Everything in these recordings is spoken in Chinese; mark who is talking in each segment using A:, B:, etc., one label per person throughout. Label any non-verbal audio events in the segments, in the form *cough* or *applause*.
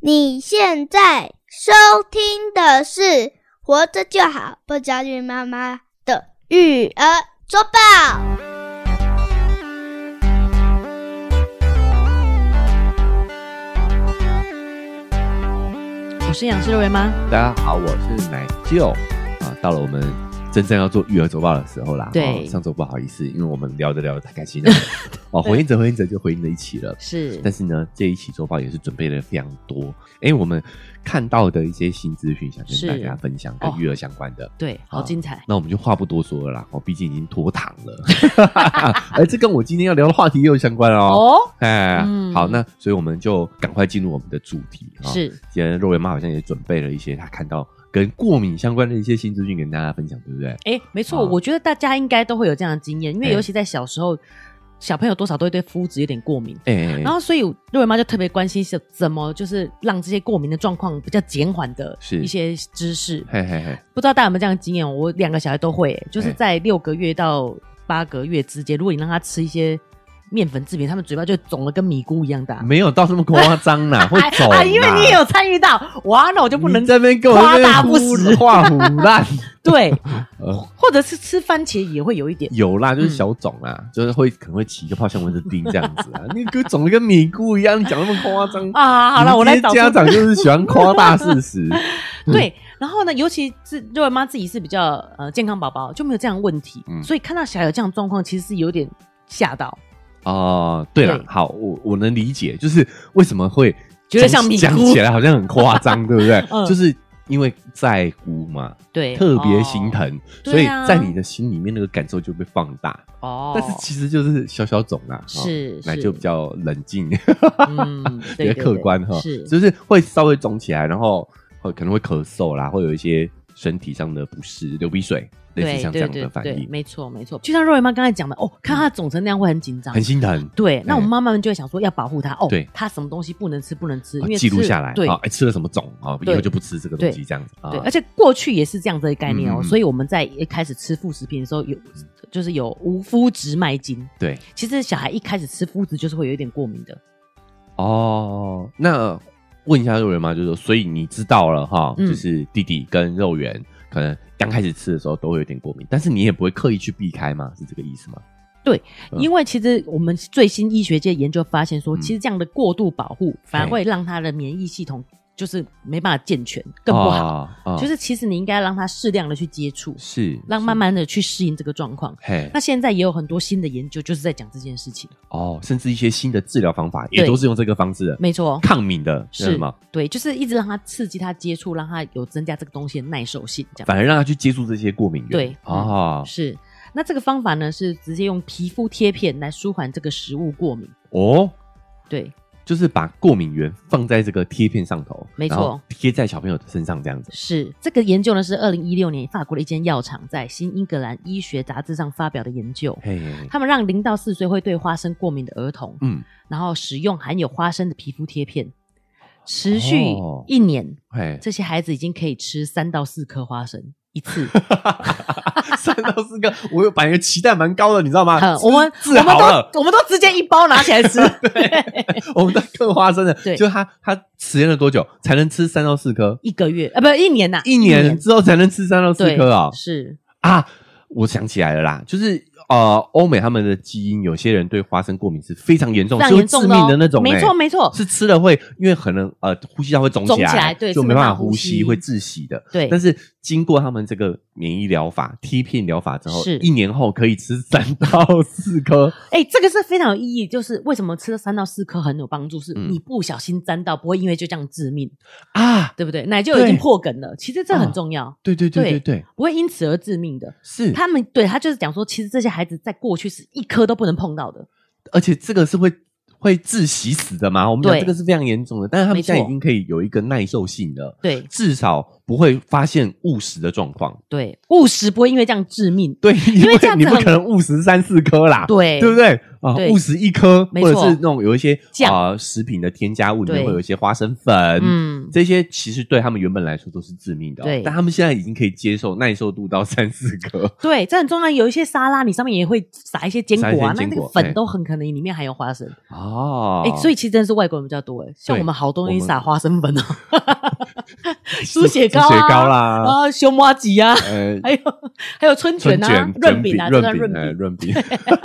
A: 你现在收听的是《活着就好》不焦虑妈妈的育儿周报。
B: 我是杨世瑞吗？
C: 大家好，我是奶舅啊，到了我们真正要做育儿周报的时候啦。
B: 对
C: 哦上周不好意思，因为我们聊着聊着太开心
B: *laughs*
C: 了，哦，回应者回应者就回应在一起了。
B: 是
C: 但是呢，这一期周报也是准备了非常多，哎、我们看到的一些新资讯，想
B: 是
C: 跟大家分享跟
B: 哦
C: 育儿相关的。
B: 对，好精彩。
C: 那我们就话不多说了啦，哦，毕竟已经脱糖
B: *laughs*
C: 了，而这跟我今天要聊的话题也有相关哦。
B: 哦，
C: 哎，
B: 嗯
C: 好，那所以我们就赶快进入我们的主题啊、哦。
B: 是
C: 今天肉圆妈好像也准备了一些她看到跟过敏相关的一些新资讯跟大家分享，对不对？
B: 哎，没错，
C: 好
B: 我觉得大家应该都会有这样的经验，因为
C: 哎
B: 尤其在小时候，小朋友多少都会对肤质有点过敏。
C: 哎、哎哎
B: 然后，所以肉圆妈就特别关心是怎么，就是让这些过敏的状况比较减缓的
C: 是
B: 一些知识。
C: 哎嘿嘿嘿，
B: 不知道大家有没有这样的经验哦？我两个小孩都会，就是
C: 哎
B: 在六个月到八个月之间，如果你让他吃一些面粉制品，他们嘴巴就肿的跟米糊一样大。
C: 没有到那么夸张
B: *laughs*
C: 啦，会走、
B: 啊，因为你也有参与到，哇，那我就不能
C: 你在那边跟我
B: 夸
C: 在
B: 大
C: 那边
B: 不实
C: 胡画虎
B: *laughs*
C: 烂，
B: 对，
C: 呃
B: 或者是吃番茄也会有一点。
C: 有啦，
B: 嗯
C: 就是小肿啦，就是会可能会起一个泡像蚊子叮这样子啊， *laughs* 那个肿的跟米糊一样，你讲那么夸张。
B: 啊，好了，我来
C: 你
B: 找
C: 们
B: 出
C: 这嗯些家长嗯就是喜欢夸大事实，
B: *laughs* 对。然后呢，尤其是肉圆妈自己是比较呃健康宝宝，就没有这样的问题，
C: 嗯
B: 所以看到小孩有这样的状况，其实是有点吓到，
C: 哦，对了
B: 对，
C: 好，我我能理解，就是为什么会
B: 觉得像米
C: 讲
B: 糊
C: 起来好像很夸
B: *laughs*
C: 张，对不对？
B: 嗯
C: 就是因为在乎嘛，
B: 对，
C: 特别心疼，所
B: 对
C: 以
B: 啊
C: 在你的心里面那个感受就被放大。
B: 哦。
C: 但是其实就是小小肿啦，哦
B: 是
C: 那
B: 是
C: 就比较冷静， *laughs*
B: 嗯，
C: 比
B: 对
C: 较客观哈，
B: 是
C: 就是会稍微肿起来，然后会可能会咳嗽啦，会有一些身体上的不适，流鼻水，类
B: 对
C: 似像
B: 对
C: 这样
B: 对
C: 的反
B: 对，
C: 应，嗯
B: 没错没错。就像肉圆妈刚才讲的，哦，看她肿成那样会很紧张，
C: 很心疼。
B: 对。那我们
C: 哎
B: 妈妈们就会想说要保护她，哦，
C: 对
B: 她什么东西不能吃，不能吃，
C: 哦
B: 因为
C: 记录
B: 吃
C: 下来，
B: 对
C: 啊，哎吃了什么种啊，以
B: 对
C: 后就不吃这个东西，这样子啊
B: 对，，而且过去也是这样子的概念哦，
C: 嗯嗯嗯嗯
B: 所以我们在一开始吃副食品的时候有，就是有无麸质麦精。
C: 对
B: 其实小孩一开始吃麸质就是会有一点过敏的，
C: 哦。那问一下肉圆妈，就是说，所以你知道了哈，
B: 嗯
C: 就是弟弟跟肉圆可能刚开始吃的时候都会有点过敏，但是你也不会刻意去避开吗？是这个意思吗？嗯
B: 因为其实我们最新医学界研究发现说，
C: 嗯
B: 其实这样的过度保护反而会让他的免疫系统就是没办法健全，更不好。
C: 哦，哦
B: 就是其实你应该让他适量的去接触，
C: 是
B: 让
C: 是
B: 慢慢的去适应这个状况。
C: 嘿
B: 那现在也有很多新的研究，就是在讲这件事情。
C: 哦，甚至一些新的治疗方法也
B: 对
C: 都是用这个方式的，
B: 没错，哦
C: 抗敏的
B: 是
C: 吗？
B: 对，就是一直让他刺激他接触，让他有增加这个东西的耐受性，这样。
C: 反而让他去接触这些过敏源，
B: 对
C: 哦
B: 是，那这个方法呢是直接用皮肤贴片来舒缓这个食物过敏。
C: 哦，
B: 对，
C: 就是把过敏源放在这个贴片上头，
B: 没错
C: 然后贴在小朋友的身上这样子。
B: 是这个研究呢是二零一六年法国的一间药厂在《新英格兰医学杂志》上发表的研究。
C: 嘿嘿嘿
B: 他们让零到四岁会对花生过敏的儿童，
C: 嗯，
B: 然后使用含有花生的皮肤贴片，持续
C: 哦
B: 一年，
C: 嘿，
B: 这些孩子已经可以吃三到四颗花生一
C: *laughs*
B: 次。
C: 三到四个，我有本来期待蛮高的，你知道吗
B: 嗯？我们
C: 治
B: 我们
C: 好了， *laughs*
B: 都我们都直接一包拿起来吃。
C: 我们在嗑花生的，
B: 对
C: 就他他实验了多久才能吃三到四颗？
B: 一个月啊，不一年呐、
C: 一年之后才能吃三到四
B: 对
C: 颗啊！
B: 是
C: 啊，我想起来了啦，就是呃，欧美他们的基因，有些人对花生过敏是非常严重，
B: 非常
C: 是会
B: 严
C: 致
B: 重的、哦、
C: 命的那种、
B: 没错
C: 欸
B: 没错，
C: 是吃了会，因为可能呃呼吸道会肿
B: 肿
C: 起来，
B: 起来对
C: 就是没
B: 没
C: 办
B: 办
C: 法
B: 法
C: 呼
B: 呼吸
C: 吸，会窒息的。
B: 对，
C: 但是经过他们这个免疫疗法、贴片疗法之后，
B: 是
C: 一年后可以吃三到四颗。
B: 哎、这个是非常有意义，就是为什么吃了三到四颗很有帮助，是
C: 嗯
B: 你不小心沾到，不会因为就这样致命，
C: 啊！
B: 对不对？奶就已经
C: 对
B: 破梗了，其实这很
C: 啊
B: 重要，
C: 对对对
B: 对
C: 对对，
B: 不会因此而致命的。
C: 是
B: 他们对他就是讲说，其实这些孩子在过去是一颗都不能碰到的，
C: 而且这个是会会窒息死的嘛？我们讲
B: 对
C: 这个是非常严重的，但是他
B: 没
C: 们现在
B: 错
C: 已经可以有一个耐受性了。
B: 对
C: 至少不会发现误食的状况。
B: 对，误食不会因为这样致命。
C: 对，因
B: 为这样子
C: 你不
B: 很
C: 可能误食三四颗啦，
B: 对
C: 对不对？啊，
B: 对
C: 误食一颗，
B: 没
C: 或者
B: 错
C: 是那种有一些
B: 酱
C: 啊、食品的添加物里面
B: 对
C: 会有一些花生粉，
B: 嗯，
C: 这些其实对他们原本来说都是致命的哦、
B: 对
C: 但他们现在已经可以接受耐受度到三四颗，
B: 对，这很重要。有一些沙拉，你上面也会撒一些坚果啊，
C: 撒一些
B: 那
C: 坚
B: 那
C: 果哎
B: 个粉都很可能里面含有花生。
C: 哦
B: 哎、所以其实真的是外国人比较多哎，像
C: 对
B: 我们好多东西
C: 我们
B: 撒花生粉哦，
C: *laughs*
B: 猪血糕啊
C: 猪血糕
B: *laughs*
C: 啦，
B: 啊，熊麻吉啊， *laughs*
C: 呃，
B: 还有还有春
C: 春
B: 卷啊
C: 卷、、
B: 润饼啊，这
C: 润
B: 算润
C: 饼、哎
B: 饼。 *laughs*
C: 润饼，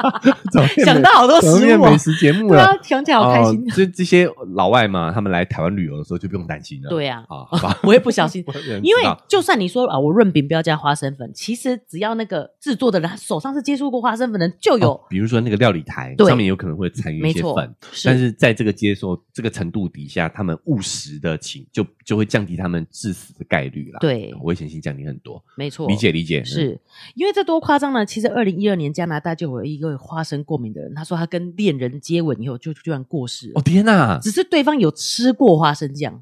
C: *laughs* 怎么变
B: 想到好多
C: 怎么
B: 食
C: 变
B: 物哦
C: 美，食节目
B: 对啊
C: 了。，
B: 想起来好开心。 *laughs* 啊
C: 哦这、这些老外嘛，他们来台湾旅游的时候就不用担心了。
B: 对啊，
C: 啊，好吧
B: *laughs* ，我也不小心
C: *laughs* 我也知道
B: 因为就算你说啊，我润饼不要加花生粉，其实只要那个制作的人他手上是接触过花生粉的人，就有、
C: 哦比如说那个料理台
B: 对
C: 上面有可能会残余
B: 没
C: 一些
B: 错
C: 粉，，但
B: 是
C: 是在这个接受这个程度底下，他们误食的情就就会降低他们致死的概率啦。
B: 对
C: 危险性降低很多，
B: 没错，
C: 理解理解。嗯
B: 是因为这多夸张呢？其实二零一二年加拿大就有一个花生过敏的人，他说他跟恋人接吻以后就居然过世了
C: 哦天哪！
B: 只是对方有吃过花生酱，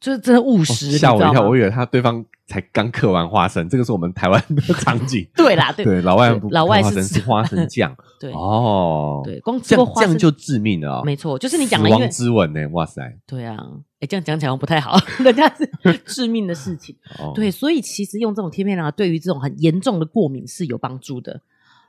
B: 就是真的误食，你知
C: 哦吓我一
B: 道
C: 跳，
B: 吗
C: 我以为他对方才刚嗑完花生，这个是我们台湾的 *laughs* 场景。
B: *laughs* 对啦，对
C: 对，老外不
B: 老外
C: 嗑
B: 是
C: 花生
B: 吃
C: 是花
B: *laughs*
C: 生酱
B: 对
C: 哦，
B: 对，光吃
C: 这
B: 过
C: 样
B: 花
C: 这
B: 生
C: 样就致命了哦。
B: 没错，就是你讲的，
C: 死
B: 因为
C: 亡之吻呢？哇塞！
B: 对啊，哎，这样讲起来好像不太好， *laughs* 人家是
C: *laughs*
B: 致命的事情。
C: 哦
B: 对，，所以其实用这种贴片啊，对于这种很严重的过敏是有帮助的。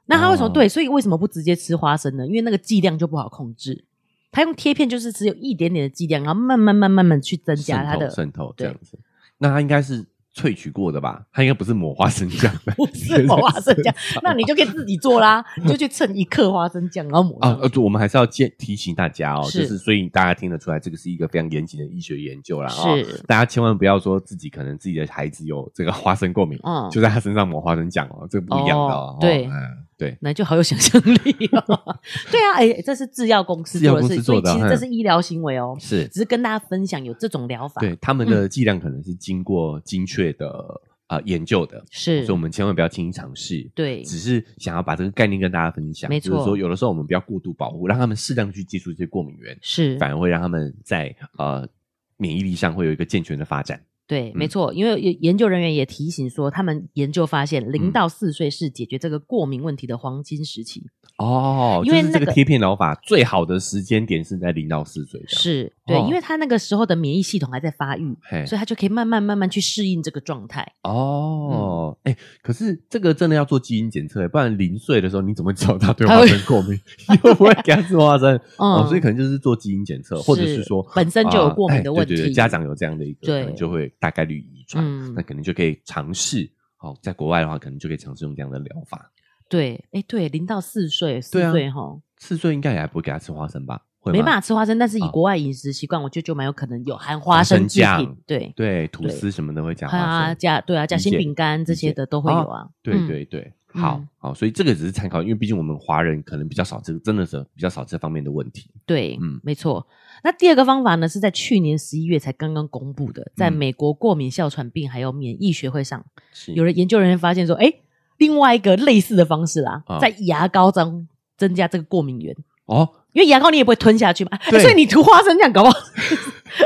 B: 那他为什么、
C: 哦
B: 对？所以为什么不直接吃花生呢？因为那个剂量就不好控制。他用贴片就是只有一点点的剂量，然后慢慢慢慢慢慢去增加
C: 渗
B: 它
C: 透
B: 的。
C: 渗透这
B: 对
C: 样子。那它应该是萃取过的吧？它应该不是抹花生酱，
B: 不是抹花生
C: *laughs*
B: 酱，那你就可以自己做啦，你就去称一克花生酱，然后抹
C: 嗯啊
B: 上。，
C: 呃，我们还是要建提醒大家哦，
B: 是
C: 就是所以大家听得出来，这个是一个非常严谨的医学研究啦、哦。
B: 是
C: 大家千万不要说自己可能自己的孩子有这个花生过敏，
B: 嗯
C: 就在他身上抹花生酱哦，这不一样的哦。
B: 哦对
C: 嗯对，
B: 那就好有想象力
C: *laughs*
B: 哦。对啊，哎、这是制药公司
C: 制药
B: 做的
C: 公
B: 事，
C: 司
B: 所以
C: 做的
B: 其实这
C: 嗯
B: 是医疗行为哦。
C: 是，
B: 只是跟大家分享有这种疗法，嗯
C: 对，他们的剂量可能是经过精确的啊、呃研究的，
B: 是
C: 所以我们千万不要轻易尝试。
B: 对，
C: 只是想要把这个概念跟大家分享，
B: 没
C: 就是
B: 错
C: 说有的时候我们不要过度保护，让他们适当地去接触这些过敏源，
B: 是，
C: 反而会让他们在呃免疫力上会有一个健全的发展。
B: 对，没
C: 嗯
B: 错，因为研研究人员也提醒说，他们研究发现，零
C: 嗯
B: 到四岁是解决这个过敏问题的黄金时期。
C: 哦，
B: 因为
C: 就是
B: 那
C: 这个
B: 个
C: 贴片疗法最好的时间点是在零到四岁，这样，
B: 是对，
C: 哦
B: 因为他那个时候的免疫系统还在发育，
C: 嘿，
B: 所以他就可以慢慢慢慢去适应这个状态。
C: 哦，
B: 嗯
C: 哎、可是这个真的要做基因检测，不然零岁的时候你怎么知道他对
B: 他
C: 花
B: 会
C: 生过
B: *laughs*
C: 敏？你会不会给他吃花生？哦，
B: 嗯
C: 所以可能就是做基因检测，或者是说
B: 本身就有过敏的
C: 啊哎
B: 问
C: 对对对
B: 题
C: 家长有这样的一个，
B: 对
C: 可能就会大概率遗传，
B: 嗯
C: 那可能就可以尝试。哦，在国外的话，可能就可以尝试用这样的疗法。
B: 对，哎，对，零到四岁，四
C: 对啊
B: 岁哈，
C: 四岁应该也还不会给他吃花生吧？会吗
B: 没办法吃花生，但是以
C: 啊
B: 国外饮食习惯，我舅舅蛮有可能有含花生
C: 生
B: 制
C: 酱
B: 品，对，
C: 对，吐
B: 对
C: 司什么的会加花生。
B: 啊，加对啊，加
C: 理
B: 新
C: 解
B: 饼干这
C: 理
B: 些
C: 解哦
B: 的都会有啊。
C: 对
B: 嗯
C: 对对，
B: 嗯
C: 好好，所以这个只是参考，因为毕竟我们华人可能比较少这个，真的是比较少这方面的问题。
B: 对，
C: 嗯
B: 没错。那第二个方法呢，是在去年十一月才刚刚公布的，在
C: 嗯
B: 美国过敏哮喘病还有免疫学会上，
C: 是
B: 有人研究人员发现说，哎，另外一个类似的方式啦，
C: 啊
B: 在牙膏中增加这个过敏源，
C: 哦，
B: 因为牙膏你也不会吞下去嘛，哎
C: 对
B: 所以你涂花生酱搞不好 *laughs*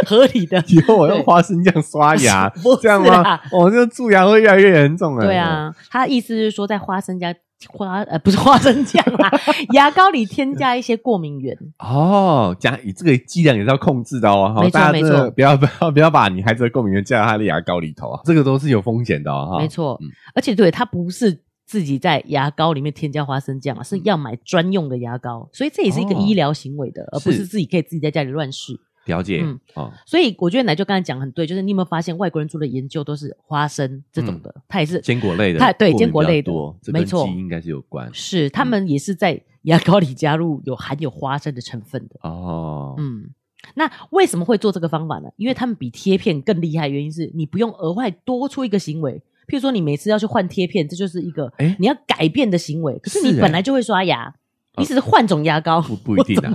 B: 合理的。
C: *laughs* 以后我用
B: 对
C: 花生酱刷牙
B: 不， *laughs* 是
C: 这样吗嗯
B: 啦？
C: 哦，这个蛀牙会越来越严重了。
B: 对啊，他的意思是说，在花生酱花呃不是花生酱啦，牙膏里添加一些过敏源，
C: 哦，加这个剂量也是要控制的哦，哈
B: 没错
C: 大家真的
B: 没错嗯
C: 不要不 *laughs* 要不要把你孩子的过敏源加到他的牙膏里头啊，这个都是有风险的哦，哈
B: 没，错，
C: 嗯
B: 而且对它不是自己在牙膏里面添加花生酱啊，是要买专用的牙膏，所以这也是一个
C: 嗯哦
B: 医疗行为的，而不
C: 是
B: 是自己可以自己在家里乱试。
C: 了解
B: 嗯，
C: 哦，
B: 所以我觉得奶就刚才讲很对，就是你有没有发现外国人做的研究都是花生这种的，它也是
C: 嗯坚果类的
B: 它，对
C: 过敏
B: 坚果类
C: 比较
B: 的
C: 多，，这
B: 没
C: 跟
B: 错
C: 基，因应该是有关嗯
B: 是他们也是在 *laughs* 牙膏里加入有含有花生的成分的。
C: 哦，
B: 嗯，那为什么会做这个方法呢？因为他们比贴片更厉害，原因是你不用额外多出一个行为。譬如说，你每次要去换贴片，这就是一个
C: 诶
B: 你要改变的行为。可是
C: 是
B: 你
C: 诶哦
B: 本来就会刷牙，你只是换种牙膏。
C: 不不一定
B: *laughs*
C: 啊，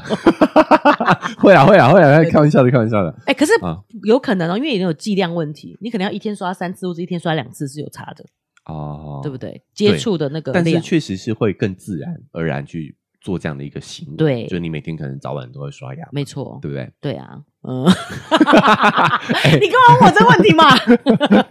C: 会啊会啊会啊，开玩笑的开玩笑的，
B: 哎、可是
C: 啊
B: 有可能哦，因为也有剂量问题，你可能要一天刷三次或者一天刷两次是有差的，
C: 哦，
B: 对不对？接触的那个
C: 但是
B: 量，
C: 确实是会更自然而然去做这样的一个行为，
B: 对
C: 就你每天可能早晚都会刷牙，
B: 没错，
C: 对不对？哎
B: 对啊。
C: *laughs*
B: 嗯，你干嘛问我这问题嘛？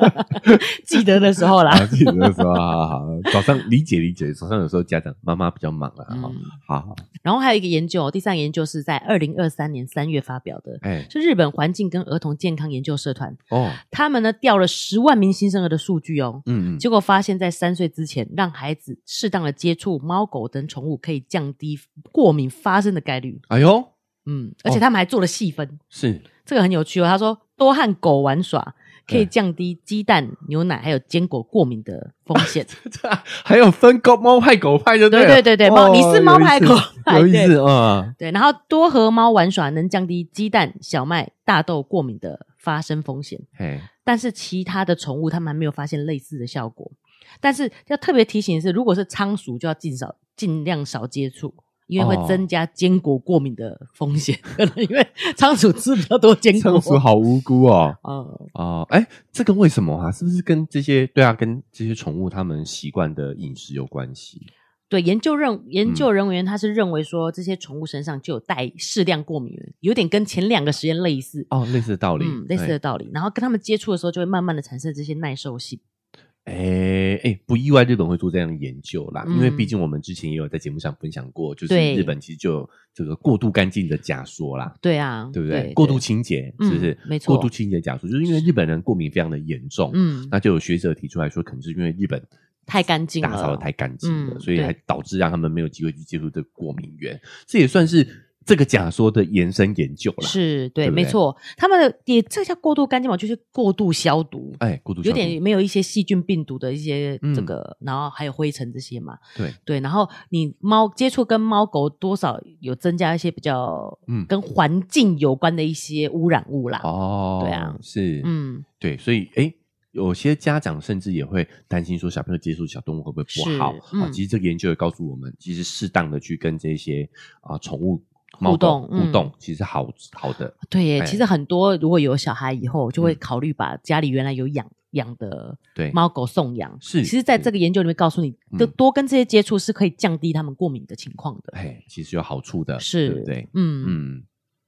C: *laughs*
B: 记得的时候啦
C: 啊，，记得说，好好好，早上理解理解，早上有时候家长妈妈比较忙啊，
B: 嗯
C: 好好，
B: 然后还有一个研究，第三个研究是在二零二三年三月发表的，
C: 哎、
B: 是日本环境跟儿童健康研究社团，
C: 哦，
B: 他们呢调了十万名新生儿的数据哦，
C: 嗯嗯，
B: 结果发现，在三岁之前，让孩子适当的接触猫狗等宠物，可以降低过敏发生的概率。
C: 哎呦，
B: 嗯，而且他们还做了细分，
C: 是 *laughs*
B: 这个很有趣哦。他说，多和狗玩耍可以
C: 对
B: 降低鸡蛋、牛奶还有坚果过敏的风险。
C: 这还有分狗猫派狗派就
B: 对
C: 了，
B: 对对对，猫、
C: 哦
B: 你是猫派狗派，
C: 有意
B: 对
C: 思啊，
B: 对，然后多和猫玩耍能降低鸡蛋、小麦、大豆过敏的发生风险，
C: 嘿，
B: 但是其他的宠物它们还没有发现类似的效果。但是要特别提醒的是，如果是仓鼠，就要尽少尽量少接触，因为会
C: 哦
B: 增加坚果过敏的风险。 *laughs* 可能因为仓鼠吃比较多坚果。
C: *laughs* 仓鼠好无辜哦，
B: 嗯，
C: 哦，哎，这跟为什么啊？是不是跟这些对啊，跟这些宠物它们习惯的饮食有关系？
B: 对，研究
C: 嗯
B: 认研究人员他是认为说，这些宠物身上就有带适量过敏源，有点跟前两个实验类似。
C: 哦，类似的道理，
B: 嗯，类似的道理。然后跟他们接触的时候，就会慢慢的产生这些耐受性。
C: 哎哎、不意外日本会做这样的研究啦，
B: 嗯
C: 因为毕竟我们之前也有在节目上分享过，就是
B: 对
C: 日本其实就有这个过度干净的假说啦，
B: 对啊，
C: 对不对？过度清洁是不是？
B: 嗯没错
C: 过度清洁假说，就是因为日本人过敏非常的严重，
B: 嗯，
C: 那就有学者提出来说，可能是因为日本
B: 太干净了
C: 打扫的太干净了，
B: 嗯
C: 所以
B: 对
C: 还导致让他们没有机会去接触这个过敏源，这也算是这个假说的延伸研究啦。
B: 是对，
C: 对不对
B: 没错。他们的也这叫过度干净嘛，就是过度消毒。
C: 哎，过度消
B: 有
C: 毒
B: 点没有一些细菌、病毒的一些
C: 嗯
B: 这个，然后还有灰尘这些嘛，
C: 对
B: 对。然后你猫接触跟猫狗多少有增加一些比较
C: 嗯
B: 跟环境有关的一些污染物啦，
C: 哦，
B: 对啊
C: 是
B: 嗯，
C: 对，所以诶，有些家长甚至也会担心说小朋友接触小动物会不会不好
B: 是
C: 啊、
B: 嗯
C: 其实这个研究也告诉我们，其实适当的去跟这些啊宠、物猫
B: 互动
C: 狗
B: 嗯
C: 互动，其实好好的。
B: 对耶。
C: 哎
B: 其实很多如果有小孩以后，就会
C: 嗯
B: 考虑把家里原来有养养的
C: 对，
B: 猫狗送养。
C: 是
B: 其实在这个研究里面告诉你，
C: 嗯
B: 多多跟这些接触是可以降低他们过敏的情况的。
C: 哎，其实有好处的，
B: 是，
C: 对不对？
B: 嗯，
C: 嗯，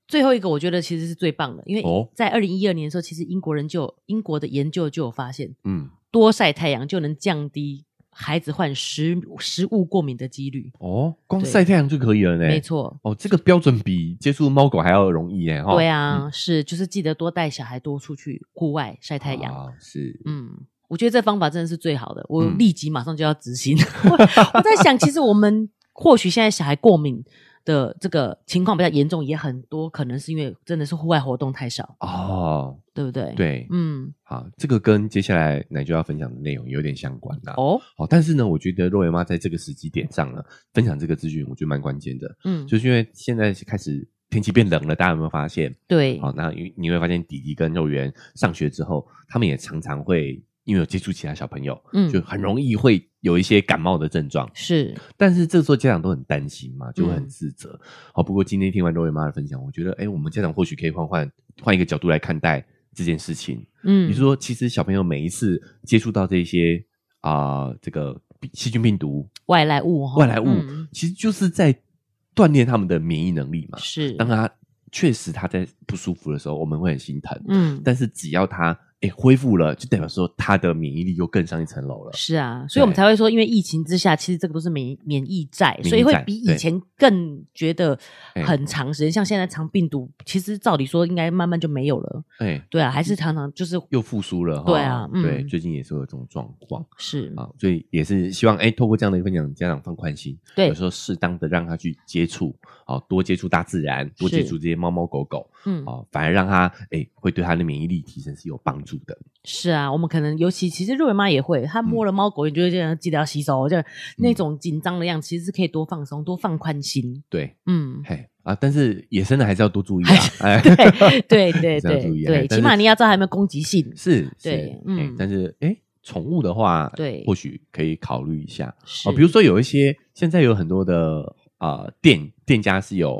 B: 最后一个我觉得其实是最棒的，因为
C: 哦
B: 在二零一二年的时候，其实英国人就有英国的研究就有发现，
C: 嗯，
B: 多晒太阳就能降低孩子患食食物过敏的几率。
C: 哦，光
B: 对
C: 晒太阳就可以了呢。
B: 没。错，
C: 哦，这个标准比接触猫狗还要容易耶，哈。
B: 对
C: 嗯，
B: 啊，是就是记得多带小孩多出去户外晒太阳。
C: 啊是，
B: 嗯，我觉得这方法真的是最好的，我
C: 嗯
B: 立即马上就要执行。 *laughs* 我我在想，其实我们或许现在小孩过敏的这个情况比较严重，也很多可能是因为真的是户外活动太少，
C: 哦，
B: 对不对？，
C: 对，
B: 嗯，
C: 好，这个跟接下来奶就要分享的内容有点相关啦。
B: 哦，
C: 好，但是呢，我觉得肉圆妈在这个时机点上呢，分享这个资讯，我觉得蛮关键的，
B: 嗯，
C: 就是因为现在开始天气变冷了，大家有没有发现？
B: 对，
C: 好，那你你会发现弟弟跟肉圆上学之后，他们也常常会因为有接触其他小朋友，
B: 嗯
C: 就很容易会有一些感冒的症状。
B: 是，
C: 但是这时候家长都很担心嘛，就会很
B: 嗯
C: 自责。好，不过今天听完肉圆妈的分享，我觉得，哎，我们家长或许可以换换换一个角度来看待这件事情。
B: 嗯，
C: 你说，其实小朋友每一次接触到这些啊、这个病细菌、病毒、
B: 外来物哈，
C: 外来物，
B: 嗯
C: 其实就是在锻炼他们的免疫能力嘛。
B: 是，
C: 啊当他确实他在不舒服的时候，我们会很心疼，
B: 嗯。
C: 但是只要他哎恢复了，就代表说他的免疫力又更上一层楼了。
B: 是啊，所以我们才会说，因为疫情之下，其实这个都是免免疫债，
C: 疫
B: 所以会
C: 债
B: 比以
C: 对
B: 前更觉得
C: 哎
B: 很长时间。像现在长病毒，其实照理说应该慢慢就没有了。
C: 哎，
B: 对啊，还是常常就是
C: 又复苏了哈。
B: 对啊嗯
C: 对，最近也是有这种状况
B: 是
C: 啊，所以也是希望哎，透过这样的一个分享，家长放宽心。
B: 对
C: 有，时候适当的让他去接触，哦，多接触大自然，多接触这些猫猫狗狗，
B: 嗯，
C: 哦，反而让他哎、会对他的免疫力提升是有帮助的。
B: 是啊，我们可能尤其其实瑞文妈也会，她
C: 嗯
B: 摸了猫狗，你就会这样记得要洗手，哦就那种紧张的样子，其实是可以多放松，多放宽心。
C: 对，
B: 嗯，
C: 嘿啊，但是野生的还是要多注意啊，哎，
B: 对 *laughs* 对对
C: 这样注
B: 对
C: 意啊
B: 对，
C: 但
B: 起
C: 是哦
B: 码你要知道它有没有攻击性。
C: *laughs* 是，
B: 对
C: 是
B: 嗯
C: 哎但是哎、宠物的话，
B: 对
C: 或许可以考虑一下
B: 是
C: 哦，比如说有一些现在有很多的啊、呃店店家是有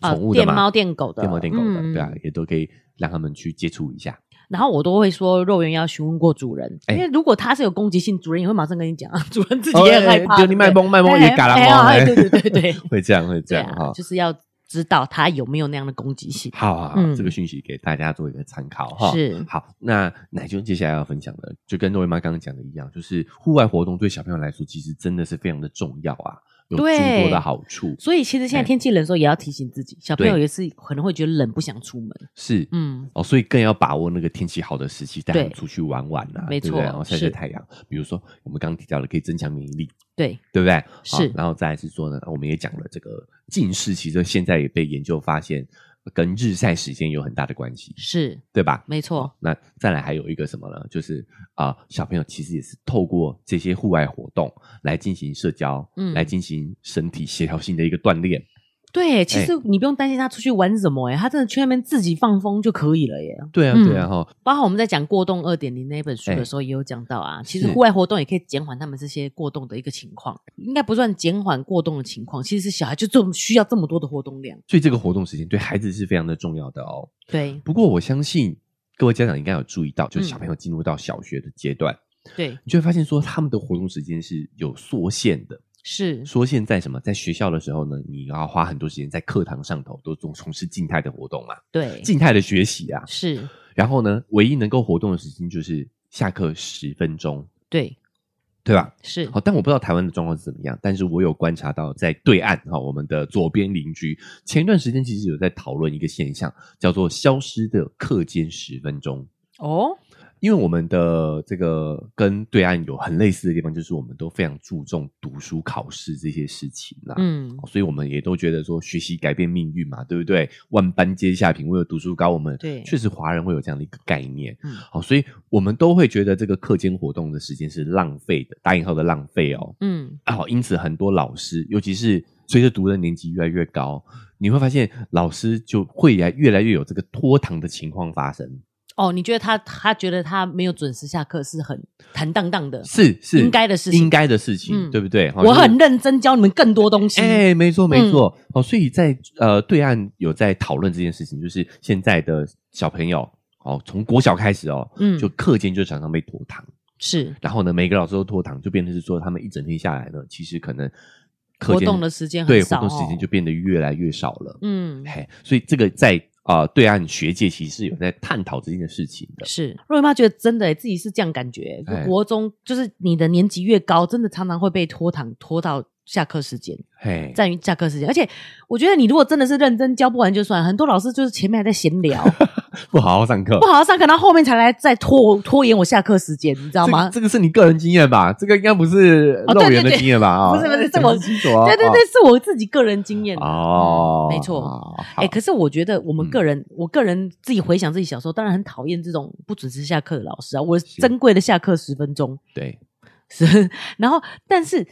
B: 啊
C: 宠物的
B: 电
C: 嘛，
B: 猫电狗的，
C: 电猫店狗的，
B: 嗯
C: 对啊，也都可以让他们去接触一下。
B: 然后我都会说肉圆要询问过主人，
C: 哎
B: 因为如果它是有攻击性，主人也会马上跟你讲，啊 *laughs* 主人自己也很害怕。
C: 哦哎对你卖
B: 崩
C: 萌卖萌也嘎啦猫，
B: 对对对对，
C: *laughs* 会这样会这
B: 对
C: 样哈
B: 啊，，就是要知道它有没有那样的攻击性。
C: 好啊，
B: 嗯
C: 这个讯息给大家做一个参考哈。
B: 是
C: 好，那奶君接下来要分享的，就跟诺维妈刚刚讲的一样，就是户外活动对小朋友来说，其实真的是非常的重要啊，有诸
B: 对
C: 多的好处。
B: 所以其实现在天气冷的时候，也要提醒自己，小朋友也是可能会觉得冷，不想出门。
C: 是，
B: 嗯，
C: 哦，所以更要把握那个天气好的时期，带他们
B: 对
C: 出去玩玩啊，
B: 没
C: 对不对
B: 错
C: 然后晒晒
B: 是
C: 太阳。比如说我们刚刚提到的，可以增强免疫力，
B: 对，
C: 对不对？好
B: 是
C: 然后再来是说呢，我们也讲了这个近视，其实现在也被研究发现跟日晒时间有很大的关系，
B: 是
C: 对吧？
B: 没错，
C: 那再来还有一个什么呢？就是啊、小朋友其实也是透过这些户外活动来进行社交，
B: 嗯
C: 来进行身体协调性的一个锻炼。
B: 对。其
C: 哎
B: 实你不用担心他出去玩什么、欸，他真的去那边自己放风就可以了耶。
C: 对啊，
B: 嗯
C: 对啊，哈、
B: 包括我们在讲过动二点零那一本书
C: 哎
B: 的时候，也有讲到
C: *laughs*
B: 啊，其
C: 是
B: 实户外活动也可以减缓他们这些过动的一个情况，应该不算减缓过动的情况，其实是小孩就这么需要这么多的活动量。
C: 所以这个活动时间对孩子是非常的重要的哦。
B: 对
C: 不过我相信各位家长应该有注意到，就
B: 嗯
C: 是小朋友进入到小学的阶段，
B: 对
C: 你就会发现说他们的活动时间是有缩限的。
B: 是，
C: 缩限在什么？在学校的时候呢，你要花很多时间在课堂上头，都从从事静态的活动嘛，
B: 对
C: 静态的学习啊。
B: 是，
C: 然后呢，唯一能够活动的时间就是下课十分钟，
B: 对
C: 对吧？
B: 是
C: 好，但我不知道台湾的状况是怎么样，但是我有观察到，在对岸哈，我们的左边邻居前一段时间其实有在讨论一个现象，叫做“消失的课间十分钟”。
B: 哦，
C: 因为我们的这个跟对岸有很类似的地方，就是我们都非常注重读书、考试这些事情啦、
B: 嗯，
C: 所以我们也都觉得说学习改变命运嘛，对不对？万般皆下品，唯有读书高。我们
B: 对
C: 确实华人会有这样的一个概念，
B: 嗯
C: 好，所以我们都会觉得这个课间活动的时间是浪费的，打引号的浪费哦。
B: 嗯，
C: 啊，好因此很多老师，尤其是随着读的年纪越来越高，你会发现老师就会来越来越有这个拖堂的情况发生。
B: 哦，你觉得他他觉得他没有准时下课是很坦荡荡的，
C: 是是
B: 应该的事情
C: 应该的事情，
B: 嗯
C: 对不对？好
B: 我
C: 就是
B: 很认真教你们更多东西。
C: 哎、没错
B: 嗯
C: 没错、哦，所以在呃对岸有在讨论这件事情，就是现在的小朋友哦，从国小开始哦，
B: 嗯
C: 就课间就常常被拖堂，
B: 是
C: 然后呢，每个老师都拖堂，就变成是说他们一整天下来呢，其实可能课
B: 活
C: 间
B: 动的时间
C: 对
B: 很
C: 活
B: 少哦，
C: 动时间就变得越来越少了，
B: 嗯
C: 嘿，所以这个在啊、呃对岸学界其实是有在探讨这件事情的，
B: 是，若云妈觉得真的、欸、自己是这样感觉、
C: 哎
B: 国中就是你的年级越高，真的常常会被拖堂拖到下课时间，
C: 嘿，
B: 占于下课时间。而且我觉得你如果真的是认真教不完就算，很多老师就是前面还在闲
C: *laughs*
B: 聊，
C: 不好好上课
B: 不。好好上课，然后后面才来再拖我拖延我下课时间，你知道
C: 这
B: 吗 *laughs*
C: 个？这个是你个人经验吧？这个应该不是
B: 哦
C: 肉
B: 对对
C: 圆的
B: 对
C: 经验吧？啊，
B: 不是不是
C: 哎
B: 这我
C: 讲清楚哦
B: 对对
C: 哦
B: 对，是我自己个人经验。
C: 哦，
B: 没错
C: 好
B: 哎、可是我觉得我们
C: 嗯
B: 个人，我个人自己回想自己小时候，当然很讨厌这种不准时下课的老师啊。我珍贵的下课十分钟，
C: 对，
B: 是，然后但是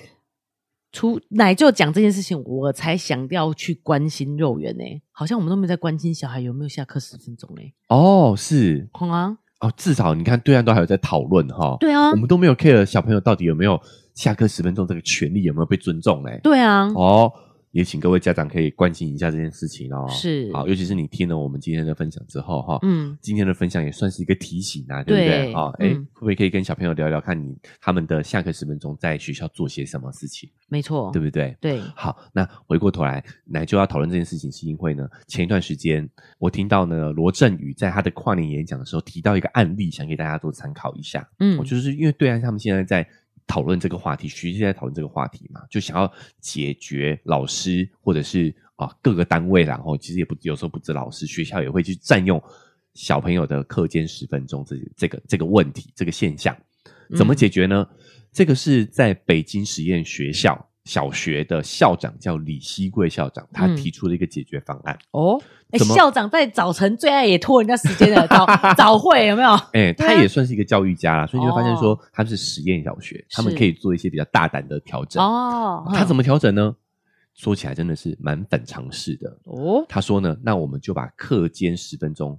B: 除奶就讲这件事情，我才想要去关心肉圆呢、好像我们都没有在关心小孩有没有下课十分钟欸呢、
C: 哦，是
B: 好啊，
C: 哦，至少你看对岸都还有在讨论哈，
B: 对啊
C: 我，们都没有 care 小朋友到底有没有下课十分钟这个权利有没有被尊重嘞？
B: 对啊，
C: 哦，也请各位家长可以关心一下这件事情哦。
B: 是
C: 好，尤其是你听了我们今天的分享之后哈，
B: 嗯，
C: 今天的分享也算是一个提醒啊，对不对？
B: 对
C: 啊，哎，
B: 嗯
C: 会不会可以跟小朋友聊聊，看你他们的下课十分钟在学校做些什么事情，
B: 没错，
C: 对不对？
B: 对
C: 好，那回过头来，奶就要讨论这件事情，是因为呢，前一段时间我听到呢，罗振宇在他的跨年演讲的时候提到一个案例，想给大家做参考一下。
B: 嗯
C: 我、，就是因为对岸他们现在在讨论这个话题，学界在讨论这个话题嘛，就想要解决老师或者是啊各个单位啦，然后其实也不有时候不止老师，学校也会去占用小朋友的课间十分钟这这个这个问题这个现象。怎么
B: 嗯
C: 解决呢？这个是在北京实验学校小学的校长叫李希贵校长，他
B: 嗯
C: 提出了一个解决方案。
B: 哦，哎、
C: 怎么
B: 校长在早晨最爱也拖人家时间的
C: *laughs*
B: 早早会有没有？
C: 哎、
B: 对啊
C: 他也算是一个教育家啦，所以你会发现
B: 哦
C: 说，他们是实验小学，他们
B: 是
C: 可以做一些比较大胆的调整。
B: 哦，
C: 啊他怎
B: 么
C: 么调整呢？说起来真的是蛮反常识的。
B: 哦
C: 他说呢，那我们就把课间十分钟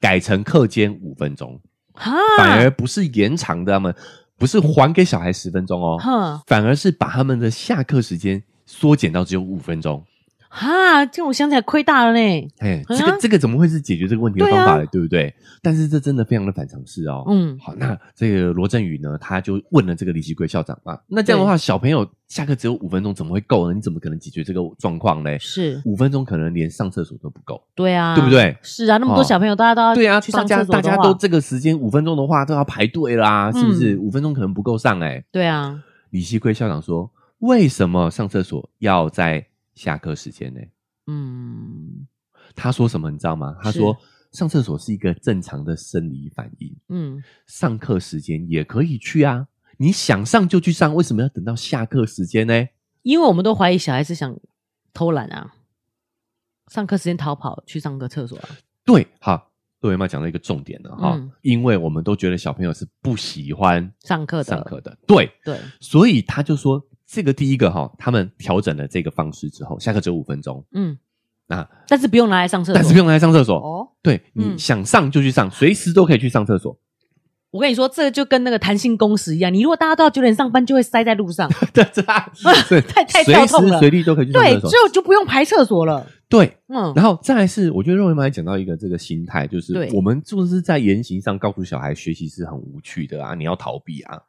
C: 改成课间五分钟，
B: 哈，
C: 反而不是延长的，他们不是还给小孩十分钟哦，
B: 哼
C: 反而是把他们的下课时间缩减到只有五分钟。
B: 哈，这种想起来亏大了呢。
C: 哎，
B: 嗯
C: 这个这个怎么会是解决这个问题的
B: 对啊
C: 方法呢？对不对？但是这真的非常的反常识哦。
B: 嗯，
C: 好，那这个罗振宇呢，他就问了这个李奇贵校长嘛，那这样的话，小朋友下课只有五分钟，怎么会够呢？你怎么可能解决这个状况嘞？
B: 是，
C: 五分钟可能连上厕所都不够。
B: 对啊，
C: 对不对
B: 是啊，那么多
C: 哦
B: 小朋友，大家都要
C: 对啊，
B: 去
C: 大
B: 上
C: 家
B: 厕所
C: 大
B: 的
C: 家
B: 话
C: 都这个时间五分钟的话都要排队啦，是不是？
B: 嗯
C: 五分钟可能不够上哎、
B: 对啊，
C: 李希贵校长说：“为什么上厕所要在下课时间呢？”
B: 嗯
C: 他说什么你知道吗？他
B: 是
C: 说：“上厕所是一个正常的生理反应，
B: 嗯，
C: 上课时间也可以去啊，你想上就去上，为什么要等到下课时间呢？”
B: 因为我们都怀疑小孩是想偷懒啊，上课时间逃跑去上个厕所啊，
C: 对，好，各位妈讲到一个重点了哈，
B: 嗯
C: 因为我们都觉得小朋友是不喜欢
B: 上课的
C: 上课的，对，
B: 对，
C: 所以他就说这个第一个哈，他们调整了这个方式之后，下课只有五分钟
B: 嗯，
C: 啊，
B: 但是不用拿来上厕所，
C: 但是不用来上厕所，
B: 哦。
C: 对
B: 嗯
C: 你想上就去上，随时都可以去上厕所， *laughs*
B: 我跟你说，这就跟那个弹性工时一样，你如果大家都要九点上班，就会塞在路
C: *laughs*
B: 上。
C: 对，这样对
B: 太太
C: 随
B: 跳痛
C: 时
B: 了
C: 随地都可以去上
B: 对，
C: 厕所哦
B: 最，后就不用排厕所了。
C: 对。
B: 嗯，
C: 然后再来是，我觉得肉圆妈也讲到一个这个心态，就是
B: 对
C: 我们就是在言行上告诉小孩，学习是很无趣的啊，你要逃避啊，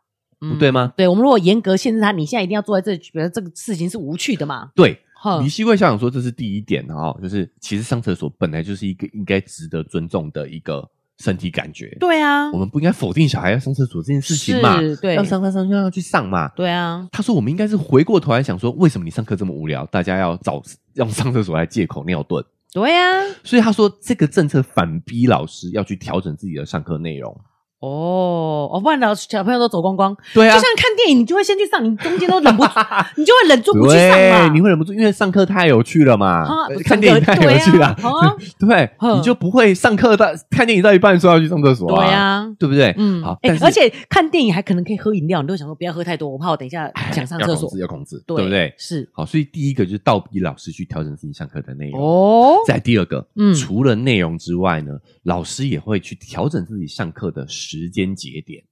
B: 嗯
C: 不对吗？
B: 对，我们如果严格限制他，你现在一定要坐在这里，觉得这个事情是无趣的嘛？
C: 对，
B: 哼
C: 李，希贵校长说这是第一点哈、哦，就是其实上厕所本来就是一个应该值得尊重的一个身体感觉，
B: 对啊
C: 我，们不应该否定小孩要上厕所这件事情嘛，
B: 是对
C: 要上上上就要去上嘛。
B: 对啊，
C: 他说我们应该是回过头来想说，为什么你上课这么无聊，大家要找用上厕所来借口尿遁？
B: 对啊，
C: 所以他说这个政策反逼老师要去调整自己的上课内容。
B: 哦，哦，不然老小朋友都走光光，
C: 对
B: 就
C: 啊，
B: 像看电影，你就会先去上，你中间都忍不
C: *laughs*
B: 住，你就会忍住不去上
C: 对，
B: 嘛。
C: 你会忍不住，因为上课太有趣了嘛，
B: 啊
C: 呃
B: 不是
C: 看电影太有趣了，
B: 对
C: *laughs*
B: 啊
C: 对，
B: 嗯
C: 你就不会上课到看电影到一半说要去上厕所啊，
B: 对啊，
C: 对不对？
B: 嗯，
C: 好，
B: 哎
C: 但是
B: 而且看电影还可能可以喝饮料，你都会想说不要喝太多，我怕我等一下想上厕
C: 要
B: 所
C: 控制，要控制，
B: 对
C: *laughs* 对不对？
B: 是
C: 好，所以第一个就是倒逼老师去调整自己上课的内容。
B: 哦，
C: 再第二个，
B: 嗯
C: 除了内容之外呢，老师也会去调整自己上课的时间节点。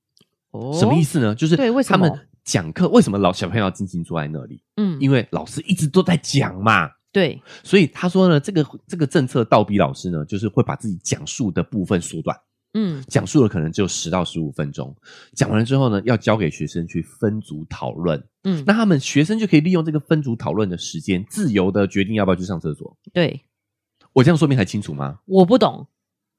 C: 什么意
B: 思？
C: 思呢？就是
B: 哦对为什
C: 他
B: 么
C: 们讲课为什么老小朋友要静静坐在那里？
B: 嗯，
C: 因为老师一直都在讲嘛。
B: 对，
C: 所以他说呢，这个这个政策倒逼老师呢，就是会把自己讲述的部分缩短，
B: 嗯，
C: 讲述的可能只有十到十五分钟。讲完了之后呢，要交给学生去分组讨论。
B: 嗯，
C: 那他们学生就可以利用这个分组讨论的时间，自由的决定要不要去上厕所。
B: 对，
C: 我这样说明还清楚吗？
B: 我不懂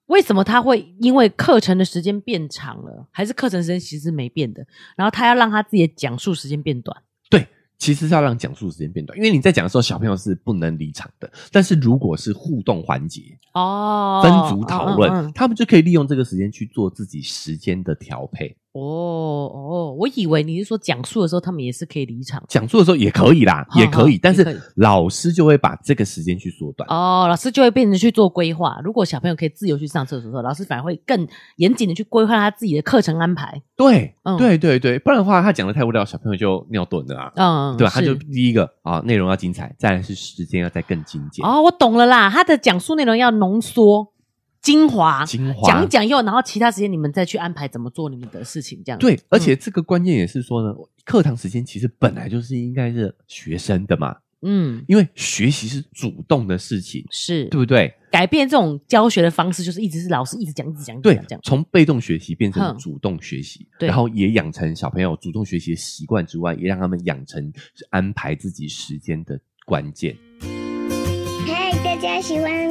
B: 为什么他会因为课程的时间变长了，还是课程时间其实没变的，然后他要让他自己的讲述时间变短。
C: 对，其实是要让讲述时间变短，因为你在讲的时候，小朋友是不能离场的。但是如果是互动环节、
B: 哦
C: 分组讨论，
B: 嗯嗯嗯
C: 他们就可以利用这个时间去做自己时间的调配。
B: 哦哦，我以为你是说讲述的时候他们也是可以离场
C: 讲述的时候也可以啦，
B: 好
C: 也可以，
B: 好
C: 但
B: 嗯也可以
C: 是老师就会把这个时间去缩短。
B: 哦，老师就会变成去做规划。如果小朋友可以自由去上厕所的时候，老师反而会更严谨的去规划他自己的课程安排。
C: 对
B: 嗯，
C: 对，对，对，不然的话，他讲的太无聊，小朋友就尿遁了啊。
B: 嗯，
C: 对吧？他
B: 是
C: 就第一个啊，内容要精彩，再来是时间要再更精简。
B: 哦，我懂了啦，他的讲述内容要浓缩、精华、
C: 精华
B: 讲讲又，然后其他时间你们再去安排怎么做你们的事情，这样
C: 对，而且这个关键也是说呢，课堂时间其实本来就是应该是学生的嘛，
B: 嗯，
C: 因为学习是主动的事情，
B: 是
C: 对不对？
B: 改变这种教学的方式，就是一直是老师一直讲、一直讲、一直
C: 对
B: 讲这样，。
C: 从被动学习变
B: 哼
C: 成主动学习，
B: 对
C: 然后也养成小朋友主动学习的习惯之外，也让他们养成安排自己时间的关键。
D: 嗨，大家喜欢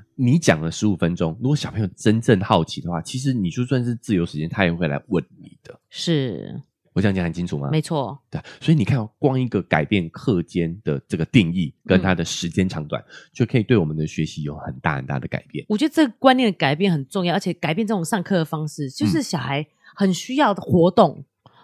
C: 你讲了十五分钟，如果小朋友真正好奇的话，其实你就算是自由时间，他也会来问你的。
B: 是
C: 我这样讲很清楚吗？
B: 没错，
C: 对，所以你看哦，光一个改变课间的这个定义跟它的时间长短，就可以对我们的学习有很大很大的改变。
B: 我觉得这个观
C: 嗯
B: 念的改变很重要，而且改变这种上课的方式，就是小孩很需要的活动。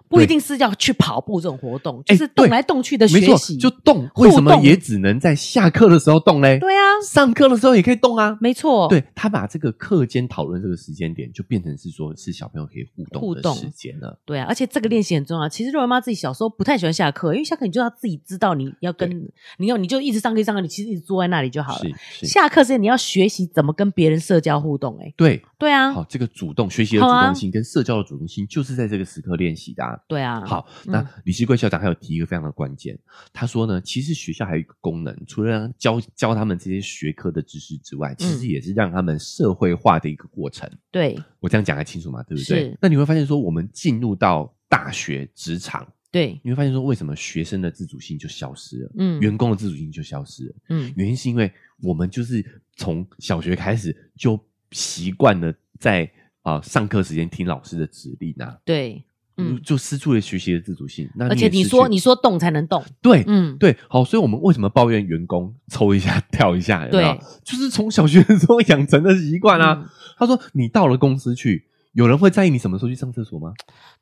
B: 不一定是要去跑步这种活动，就
C: 哎
B: 是动
C: 对
B: 来动去的
C: 没
B: 学
C: 错
B: 习。，
C: 就动，
B: 互
C: 为什么
B: 动
C: 也只能在下课的时候动嘞？
B: 对啊，
C: 上课的时候也可以动啊。
B: 没错，
C: 对他把这个课间讨论这个时间点，就变成是说是小朋友可以互
B: 互
C: 动的
B: 动
C: 时间了。
B: 对啊，而且这个练习很重要。其实肉圆妈自己小时候不太喜欢下课，因为下课你就要自己知道你要跟你要你就一直上课上课，你其实一直坐在那里就好了。
C: 是是，
B: 下课之前你要学习怎么跟别人社交互动、欸，
C: 对，
B: 对啊，
C: 好，这个主动学习的主
B: 好啊
C: 动性跟社交的主动性，就是在这个时刻练习的、啊。
B: 对啊，，
C: 好，
B: 嗯
C: 那李希贵校长还有提一个非常的关键，他说呢，其实学校还有一个功能，除了让教教他们这些学科的知识之外，其
B: 嗯
C: 实也是让他们社会化的一个过程。
B: 对
C: 我这样讲还清楚吗？对不对
B: 是？
C: 那你会发现说，我们进入到大学职场，
B: 对，
C: 你会发现说，为什么学生的自主性就消失了，
B: 嗯
C: 员工的自主性就消失了？
B: 嗯，
C: 原因是因为我们就是从小学开始就习惯了在啊、呃上课时间听老师的指令啊，
B: 对，嗯，
C: 就失去了学习的自主性。那
B: 而且
C: 也
B: 你
C: 失去
B: 说你说动才能动，
C: 对。
B: 嗯，
C: 对，好，所以我们为什么抱怨员工抽一下 *laughs* 跳一下？有没有
B: 对，
C: 就是从小学的时候养成的习惯啊。
B: 嗯
C: 他说，你到了公司去，有人会在意你什么时候去上厕所吗？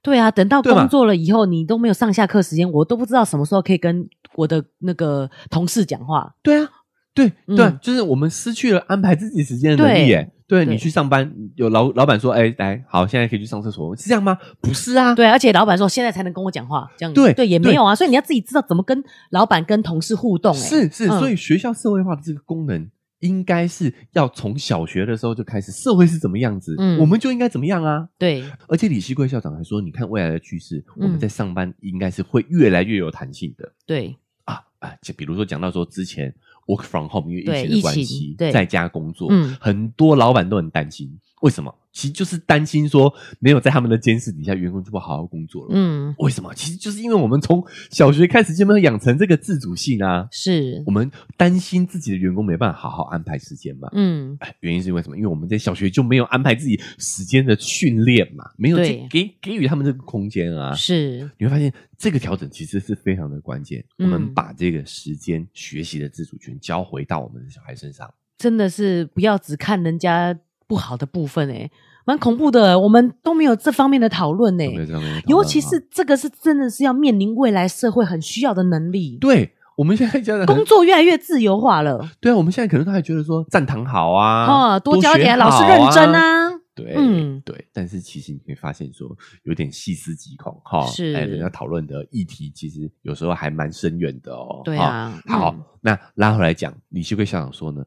B: 对啊，等到
C: 对嘛
B: 工作了以后，你都没有上下课时间，我都不知道什么时候可以跟我的那个同事讲话，
C: 对啊，对
B: 嗯
C: 对啊，就是我们失去了安排自己时间的能
B: 对
C: 力耶。对
B: 对
C: 你去上班，有老老板说，哎，来，好，现在可以去上厕所，是这样吗？不是
B: *laughs*
C: 啊，
B: 对，而且老板说现在才能跟我讲话，这样
C: 对
B: 对也没
C: 对
B: 有啊，所以你要自己知道怎么跟老板跟同事互动、欸，
C: 是是，
B: 嗯
C: 所以学校社会化的这个功能，应该是要从小学的时候就开始，社会是怎么样子，
B: 嗯
C: 我们就应该怎么样啊。
B: 对，
C: 而且李希贵校长还说，你看未来的趋势，我们
B: 嗯
C: 在上班应该是会越来越有弹性的
B: 对，
C: 啊啊，就比如说讲到说之前 work from home 因为
B: 对
C: 疫情的
B: 疫
C: 关
B: 情
C: 系
B: 对，
C: 在家工作，
B: 嗯
C: 很多老板都很担心，为什么？其实就是担心说没有在他们的监视底下，员工就不好好工作了。
B: 嗯，
C: 为什么？其实就是因为我们从小学开始就没有养成这个自主性啊。
B: 是
C: 我，们担心自己的员工没办法好好安排时间嘛？
B: 嗯，
C: 哎原因是为什么？因为我们在小学就没有安排自己时间的训练嘛，没有
B: 对
C: 去给给予他们这个空间啊。
B: 是，
C: 你会发现，这个调整其实是非常的关键。
B: 嗯
C: 我们把这个时间学习的自主权交回到我们的小孩身上。
B: 真的是不要只看人家不好的部分、欸，蛮恐怖的，我们都没有这方面的讨论呢、欸
C: 有没有这样的讨论
B: 尤其是
C: 啊
B: 这个是真的是要面临未来社会很需要的能力。
C: 对我们现在家长可能
B: 工作越来越自由化了，
C: 对啊，我们现在可能都还觉得说站堂好啊，
B: 哦，多教一点，
C: 学好哎
B: 老师认真。啊，
C: 对，
B: 嗯
C: 对，但是其实你会发现说有点细思极恐哈，
B: 是
C: 哎，人家讨论的议题其实有时候还蛮深远的哦。
B: 对
C: 哈
B: 啊，
C: 好，
B: 嗯
C: 那拉回来讲，李秀贵校长说呢，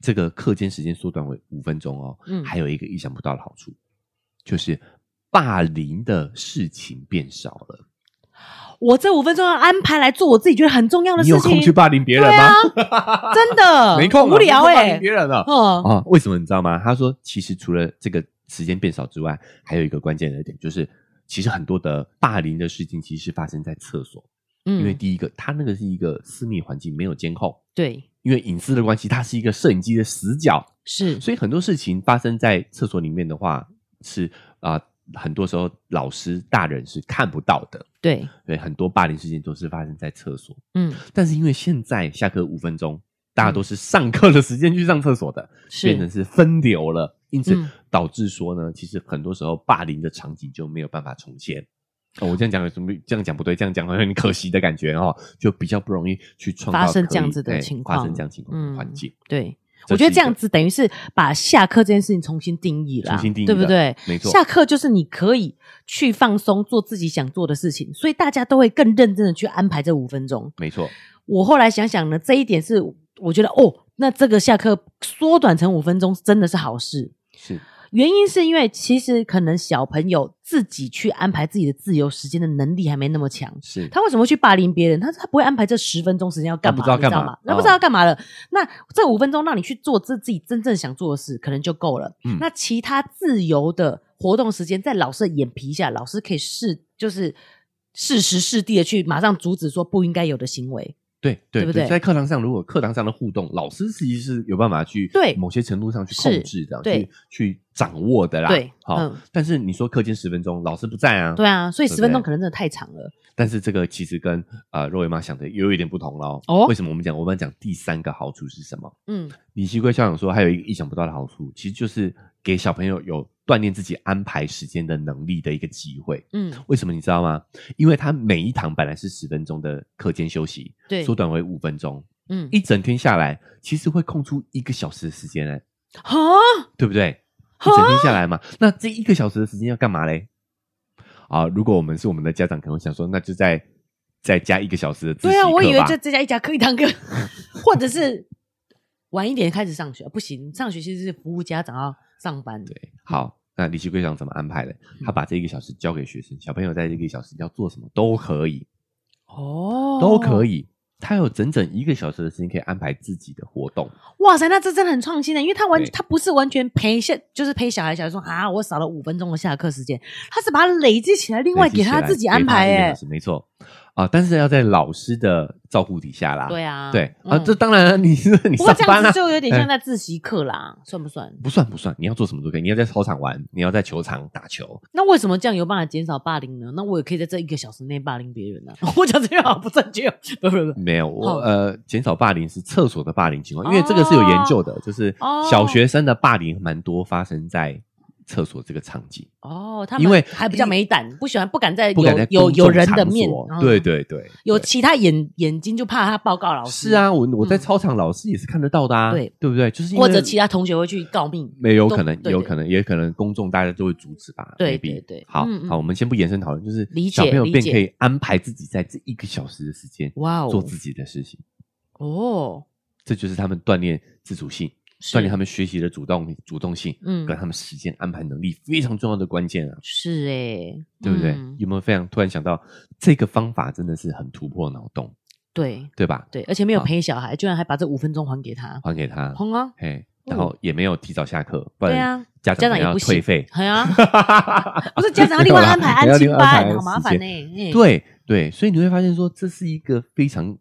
C: 这个课间时间缩短为五分钟哦，
B: 嗯
C: 还有一个意想不到的好处，就是霸凌的事情变少了。
B: 我这五分钟要安排来做我自己觉得很重要的
C: 你
B: 事
C: 有空
B: 情，
C: 去霸凌别人吗？ *laughs*
B: 真的
C: 没空啊，
B: 无聊
C: 没空霸
B: 哎、
C: 凌别人了。
B: 哦，
C: 啊，为什么你知道吗？他说，其实除了这个时间变少之外，还有一个关键的点就是，其实很多的霸凌的事情其实是发生在厕所，
B: 嗯
C: 因为第一个，它那个是一个私密环境，没有监控，
B: 对
C: 因为隐私的关系，它是一个摄影机的死角，
B: 是，
C: 所以很多事情发生在厕所里面的话，是啊、很多时候老师大人是看不到的。
B: 对，
C: 对，很多霸凌事件都是发生在厕所，
B: 嗯
C: 但是因为现在下课五分钟，大家都是上课的时间去上厕所的，变成
B: 是，
C: 是分流了，因此
B: 嗯
C: 导致说呢，其实很多时候霸凌的场景就没有办法重现。哦，我这样讲有什么？这样讲不对，这样讲好像有点可惜的感觉哦，就比较不容易去创造
B: 发生
C: 可以
B: 这样子的
C: 哎
B: 情况
C: 发生这样情况
B: 嗯
C: 的环境。
B: 对。
C: 这
B: 我觉得
C: 是一
B: 这样
C: 个
B: 子等于是把下课这件事情重新定义了，
C: 重新定义
B: 对不
C: 了
B: 对？
C: 没错
B: 下课就是你可以去放松，做自己想做的事情，所以大家都会更认真的去安排这五分钟。
C: 没错，
B: 我后来想想呢，这一点是我觉得哦，那这个下课缩短成五分钟真的是好事。
C: 是
B: 原因是因为其实可能小朋友自己去安排自己的自由时间的能力还没那么强。
C: 是，
B: 他为什么会去霸凌别人？他他不会安排这十分钟时间要干嘛？
C: 他不知道
B: 你知
C: 干嘛
B: 吗
C: 哦
B: 他不知道干嘛了。那这五分钟让你去做自自己真正想做的事，可能就够了。
C: 嗯
B: 那其他自由的活动时间，在老师的眼皮下，老师可以适就是适时适地的去马上阻止说不应该有的行为。
C: 对
B: 对不
C: 对
B: 对
C: 在课堂上，如果课堂上的互动，老师其实是有办法去
B: 对
C: 某些程度上去
B: 是
C: 控制的，
B: 对
C: 去去掌握的啦。
B: 对
C: 啊好、
B: 嗯
C: 但是你说课间十分钟，老师不在啊，
B: 对啊，所以
C: 对不
B: 十分钟
C: 对
B: 可能真的太长了。
C: 但是这个其实跟呃若维妈想的又有一点不同喽。
B: 哦
C: 为什么我们讲我们讲第三个好处是什么？
B: 嗯，
C: 李希贵校长说，还有一个意想不到的好处，其实就是给小朋友有锻炼自己安排时间的能力的一个机会。
B: 嗯，
C: 为什么你知道吗？因为他每一堂本来是十分钟的课间休息，
B: 对，
C: 缩短为五分钟，
B: 嗯，
C: 一整天下来，其实会空出一个小时的时间哎来，
B: 哈，
C: 对不对？一
B: 啊
C: 整天下来嘛，那这一个小时的时间要干嘛嘞？啊，如果我们是我们的家长，可能会想说，那就再再加一个小时的自习课吧。
B: 对啊，我以为这这家一家课一堂课， *laughs* 或者是晚一点开始上学，不行，上学其实是服务家长要上班的，
C: 对，好，那李奇贵长怎么安排的？他把这一个小时交给学生，小朋友在这个小时要做什么都可以，
B: 哦
C: 都可
B: 以。
C: 以。他有整整一个小时的时间可以安排自己的活动，
B: 哇塞，那这真的很创新的，因为他完
C: 对
B: 他不是完全陪下，就是陪小孩小孩说啊，我少了五分钟的下课时间，他是把它累积起来，另外
C: 累积
B: 给
C: 起来
B: 他自己安排
C: 给他一个
B: 哎
C: 小，时没错啊，但是要在老师的照顾底下啦。
B: 对啊，
C: 对啊，
B: 嗯
C: 这当然啊你是你
B: 不过
C: 上
B: 这样
C: 班
B: 子
C: 啊，
B: 就有点像
C: 哎
B: 在自习课啦，算不算？
C: 不算不算，你要做什么都可以，你要在操场玩，你要在球场打球，
B: 那为什么这样有办法减少霸凌呢？那我也可以在这一个小时内霸凌别人呢、 *laughs* 我讲这句话好不正确哦，不不不，
C: 没有，我
B: 好
C: 呃减少霸凌是厕所的霸凌情况，因为这个是有研究的，就是
B: 哦
C: 小学生的霸凌蛮多发生在厕所这个场景，
B: 哦，他们
C: 因为
B: 还比较没胆，不喜欢不敢在有
C: 不敢在
B: 有
C: 公众
B: 有人的
C: 场所
B: 面，嗯
C: 对，对对，
B: 有
C: 对
B: 其他眼眼睛就怕他报告老师
C: 是，啊，我我在
B: 嗯
C: 操场老师也是看得到的啊，
B: 对
C: 对不对？就是因为
B: 或者其他同学会去告密，
C: 没有
B: 都
C: 可能，
B: 对
C: 有
B: 对
C: 可能，也可能公众大家都会阻止吧。
B: 对
C: maybe
B: 对对
C: 好
B: 嗯嗯
C: 好，我们先不延伸讨论，就是
B: 理解
C: 小朋友
B: 理
C: 便
B: 解
C: 可以安排自己在这一个小时的时间
B: 哇哦，
C: 做自己的事情，
B: 哦，
C: 这就是他们锻炼自主性，
B: 是
C: 锻炼他们学习的主动主动性，
B: 嗯
C: 跟他们时间安排能力非常重要的关键啊，
B: 是哎，
C: 对不对？
B: 嗯
C: 有没有非常突然想到这个方法真的是很突破脑洞，
B: 对
C: 对吧？
B: 对，而且没有
C: 好
B: 陪小孩，居然还把这五分钟还给他，
C: 还给他，
B: 红啊，
C: 嘿，
B: 嗯
C: 然后也没有提早下课，不
B: 对
C: 然
B: 啊，
C: 家
B: 家
C: 长
B: 长
C: 也
B: 也
C: 要
B: 不行 *laughs*
C: 退费，
B: 对
C: *laughs*
B: 啊，不是家长要另外安排
C: 没有
B: 安
C: 啦还要另
B: 亲
C: 外安排
B: 班，好麻烦
C: 时
B: 呢
C: 间。
B: 嗯，
C: 对对，所以你会发现说，这是一个非常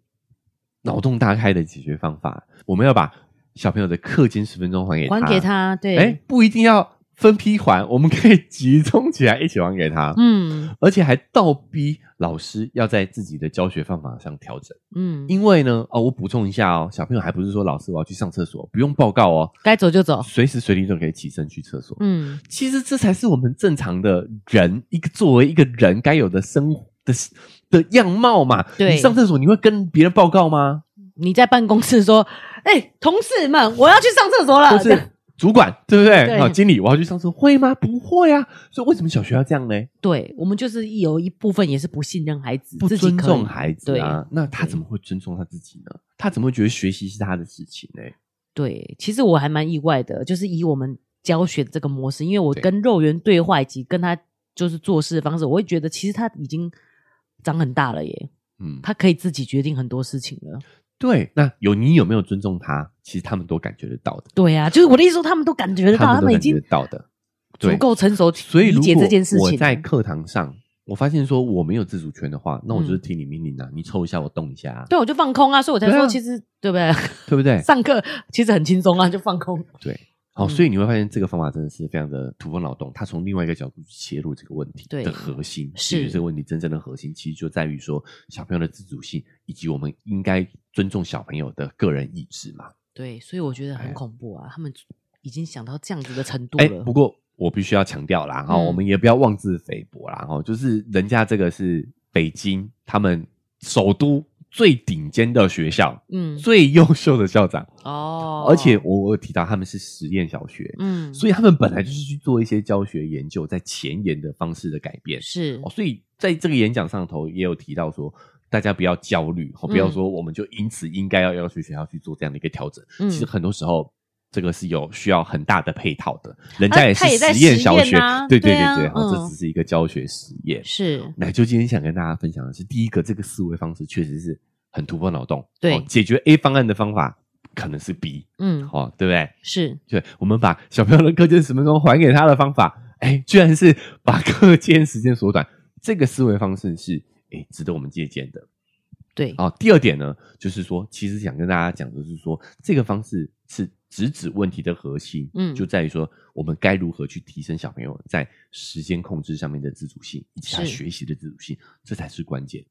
C: 脑洞大开的解决方法。我们要把小朋友的课间十分钟还给他，
B: 还给。他，对，
C: 哎，不一定要分批还，我们可以集中起来一起还给他。
B: 嗯
C: 而且还倒逼老师要在自己的教学方法上调整，
B: 嗯，
C: 因为呢，哦，我补充一下哦，小朋友还不是说老师我要去上厕所，不用报告哦，
B: 该走就走，
C: 随时随地都可以起身去厕所。
B: 嗯，
C: 其实这才是我们正常的人，一个作为一个人该有的生活的的样貌嘛。
B: 对
C: 你上厕所你会跟别人报告吗？
B: 你在办公室说， *laughs* 哎、同事们，我要去上厕所了
C: 或，
B: 这样
C: 是主管对不对？
B: 呃对
C: 好，经理，我要去上厕所，会吗？不会啊。所以为什么小学要这样呢？
B: 对我们就是有一部分也是不信任孩子，
C: 不
B: 自己
C: 尊
B: 可以
C: 重孩子啊
B: 对？
C: 那他怎么会尊重他自己呢？他怎么会觉得学习是他的事情呢？
B: 对，其实我还蛮意外的，就是以我们教学的这个模式，因为我
C: 对
B: 跟肉圆对话以及跟他就是做事的方式，我会觉得其实他已经长很大了耶，
C: 嗯，
B: 他可以自己决定很多事情了。
C: 对。那有你有没有尊重他？其实他们都感觉得到的，
B: 对啊，就是我的意思说，他们都感觉得到，他
C: 们都
B: 已
C: 感觉
B: 经
C: 得到的。对
B: 足够成熟，
C: 所以
B: 理
C: 如
B: 解
C: 果
B: 这件事情
C: 我
B: 了。
C: 在课堂上，我发现说我没有自主权的话，那我就是
B: 嗯
C: 听你命令啊，你抽一下我动一下、啊，
B: 对，我就放空啊，所以我才
C: 对啊
B: 说，其实对不对？
C: 对不对？
B: 上课其实很轻松啊，就放空。
C: 对，好，
B: 嗯
C: 所以你会发现这个方法真的是非常的突破脑洞，它从另外一个角度去切入这个问题
B: 对
C: 的核心，
B: 是
C: 解决这个问题真正的核心，其实就在于说小朋友的自主性，以及我们应该尊重小朋友的个人意志嘛。
B: 对，所以我觉得
C: 哎
B: 很恐怖啊，他们已经想到这样子的程度
C: 哎、
B: 了。
C: 不过我必须要强调啦，哈、
B: 嗯
C: 我们也不要妄自菲薄啦，哈，就是人家这个是北京，他们首都最顶尖的学校，
B: 嗯，
C: 最优秀的校长，
B: 哦，
C: 而且我我有提到他们是实验小学，
B: 嗯，
C: 所以他们本来就是去做一些教学研究，在前沿的方式的改变。
B: 是
C: 哦，所以在这个演讲上头也有提到说，大家不要焦虑，哦，不要说我们就因此应该要要求学校去做这样的一个调整。
B: 嗯
C: 其实很多时候。这个是有需要很大的配套的，人
B: 啊
C: 家也是
B: 他也在
C: 实验
B: 实
C: 小
B: 验
C: 学，
B: 啊
C: 对对
B: 对啊
C: 对，好、
B: 嗯
C: 这只是一个教学实验。
B: 是，
C: 奶就今天想跟大家分享的是，第一个，这个思维方式确实是很突破脑洞，
B: 对
C: 哦解决 A 方案的方法可能是 B，
B: 嗯，
C: 哦，对不对？
B: 是
C: 对，我们把小朋友的课间十分钟还给他的方法，哎，居然是把课间时间缩短，这个思维方式是哎值得我们借鉴的。
B: 对，
C: 哦，第二点呢，就是说，其实想跟大家讲的是说，这个方式是直指问题的核心，
B: 嗯
C: 就在于说我们该如何去提升小朋友在时间控制上面的自主性，以及他
B: 是
C: 学习的自主性，这才是关键。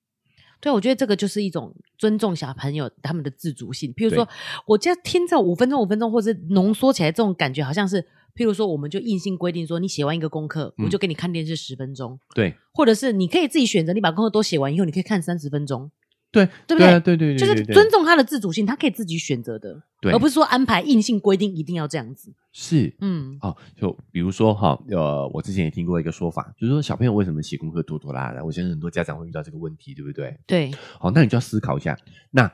B: 对，啊我觉得这个就是一种尊重小朋友他们的自主性。譬如
C: 对
B: 说，我就听这五分钟、五分钟，或者浓缩起来，这种感觉好像是譬如说，我们就硬性规定说，你写完一个功课，
C: 嗯
B: 我就给你看电视十分钟，
C: 对
B: 或者是你可以自己选择，你把功课都写完以后，你可以看三十分钟，
C: 对
B: 对不
C: 对啊
B: 对？
C: 对对对，
B: 就是
C: 对对
B: 尊重他的自主性，他可以自己选择的，
C: 对
B: 而不是说安排硬性规定一定要这样子。
C: 是
B: 嗯，
C: 哦，就比如说哈，呃，我之前也听过一个说法，就是说小朋友为什么写功课拖拖拉拉？我相信很多家长会遇到这个问题，对不对？
B: 对，
C: 好，那你就要思考一下，那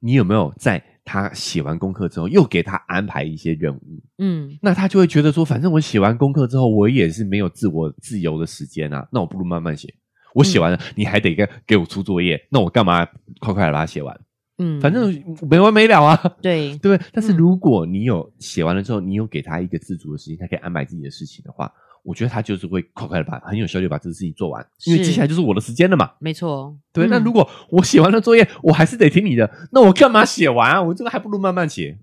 C: 你有没有在他写完功课之后，又给他安排一些任务？
B: 嗯，
C: 那他就会觉得说，反正我写完功课之后，我也是没有自我自由的时间啊，那我不如慢慢写。我写完了，你还得给给我出作业，那我干嘛快快地把它写完？
B: 嗯，
C: 反正没完没了啊，
B: 对，
C: 对不对？但是
B: 嗯
C: 如果你有写完了之后，你有给他一个自主的时间，他可以安排自己的事情的话，我觉得他就是会快快的把很有效率地把这个事情做完，因为
B: 是
C: 接下来就是我的时间了嘛。
B: 没错。
C: 对，那
B: 嗯
C: 如果我写完了作业，我还是得听你的，那我干嘛写完啊？我这个还不如慢慢写。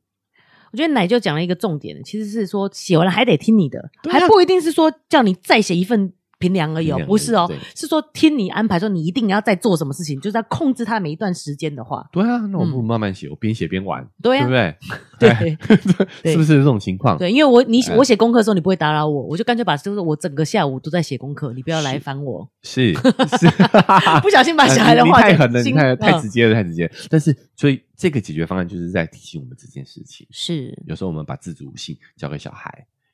B: 我觉得奶就讲了一个重点，其实是说写完了还得听你的，
C: 对啊
B: 还不一定是说叫你再写一份评量而已
C: 评
B: 哦
C: 量而，已
B: 不是哦
C: 对，
B: 是说听你安排说你一定要再做什么事情，就是要控制他每一段时间的话，
C: 对啊，那我不如
B: 嗯
C: 慢慢写，我边写边玩，
B: 对
C: 对
B: 呀、
C: 不对？哎
B: 对 *laughs* 对
C: *laughs* 是不是有这种情况？
B: 对，因为我你
C: 哎
B: 我写功课的时候你不会打扰我，我就干脆把就是我整个下午都在写功课，你不要来烦我， *laughs*
C: 是是，
B: 不小心把小孩的
C: 啊哎 *laughs* 你
B: 话
C: 太
B: 给
C: 狠了，你
B: 心
C: 太太
B: 嗯
C: 直接了，太直接了。但是，所以这个解决方案就是在提醒我们这件事情。
B: 是
C: 有时候我们把自主性交给小孩，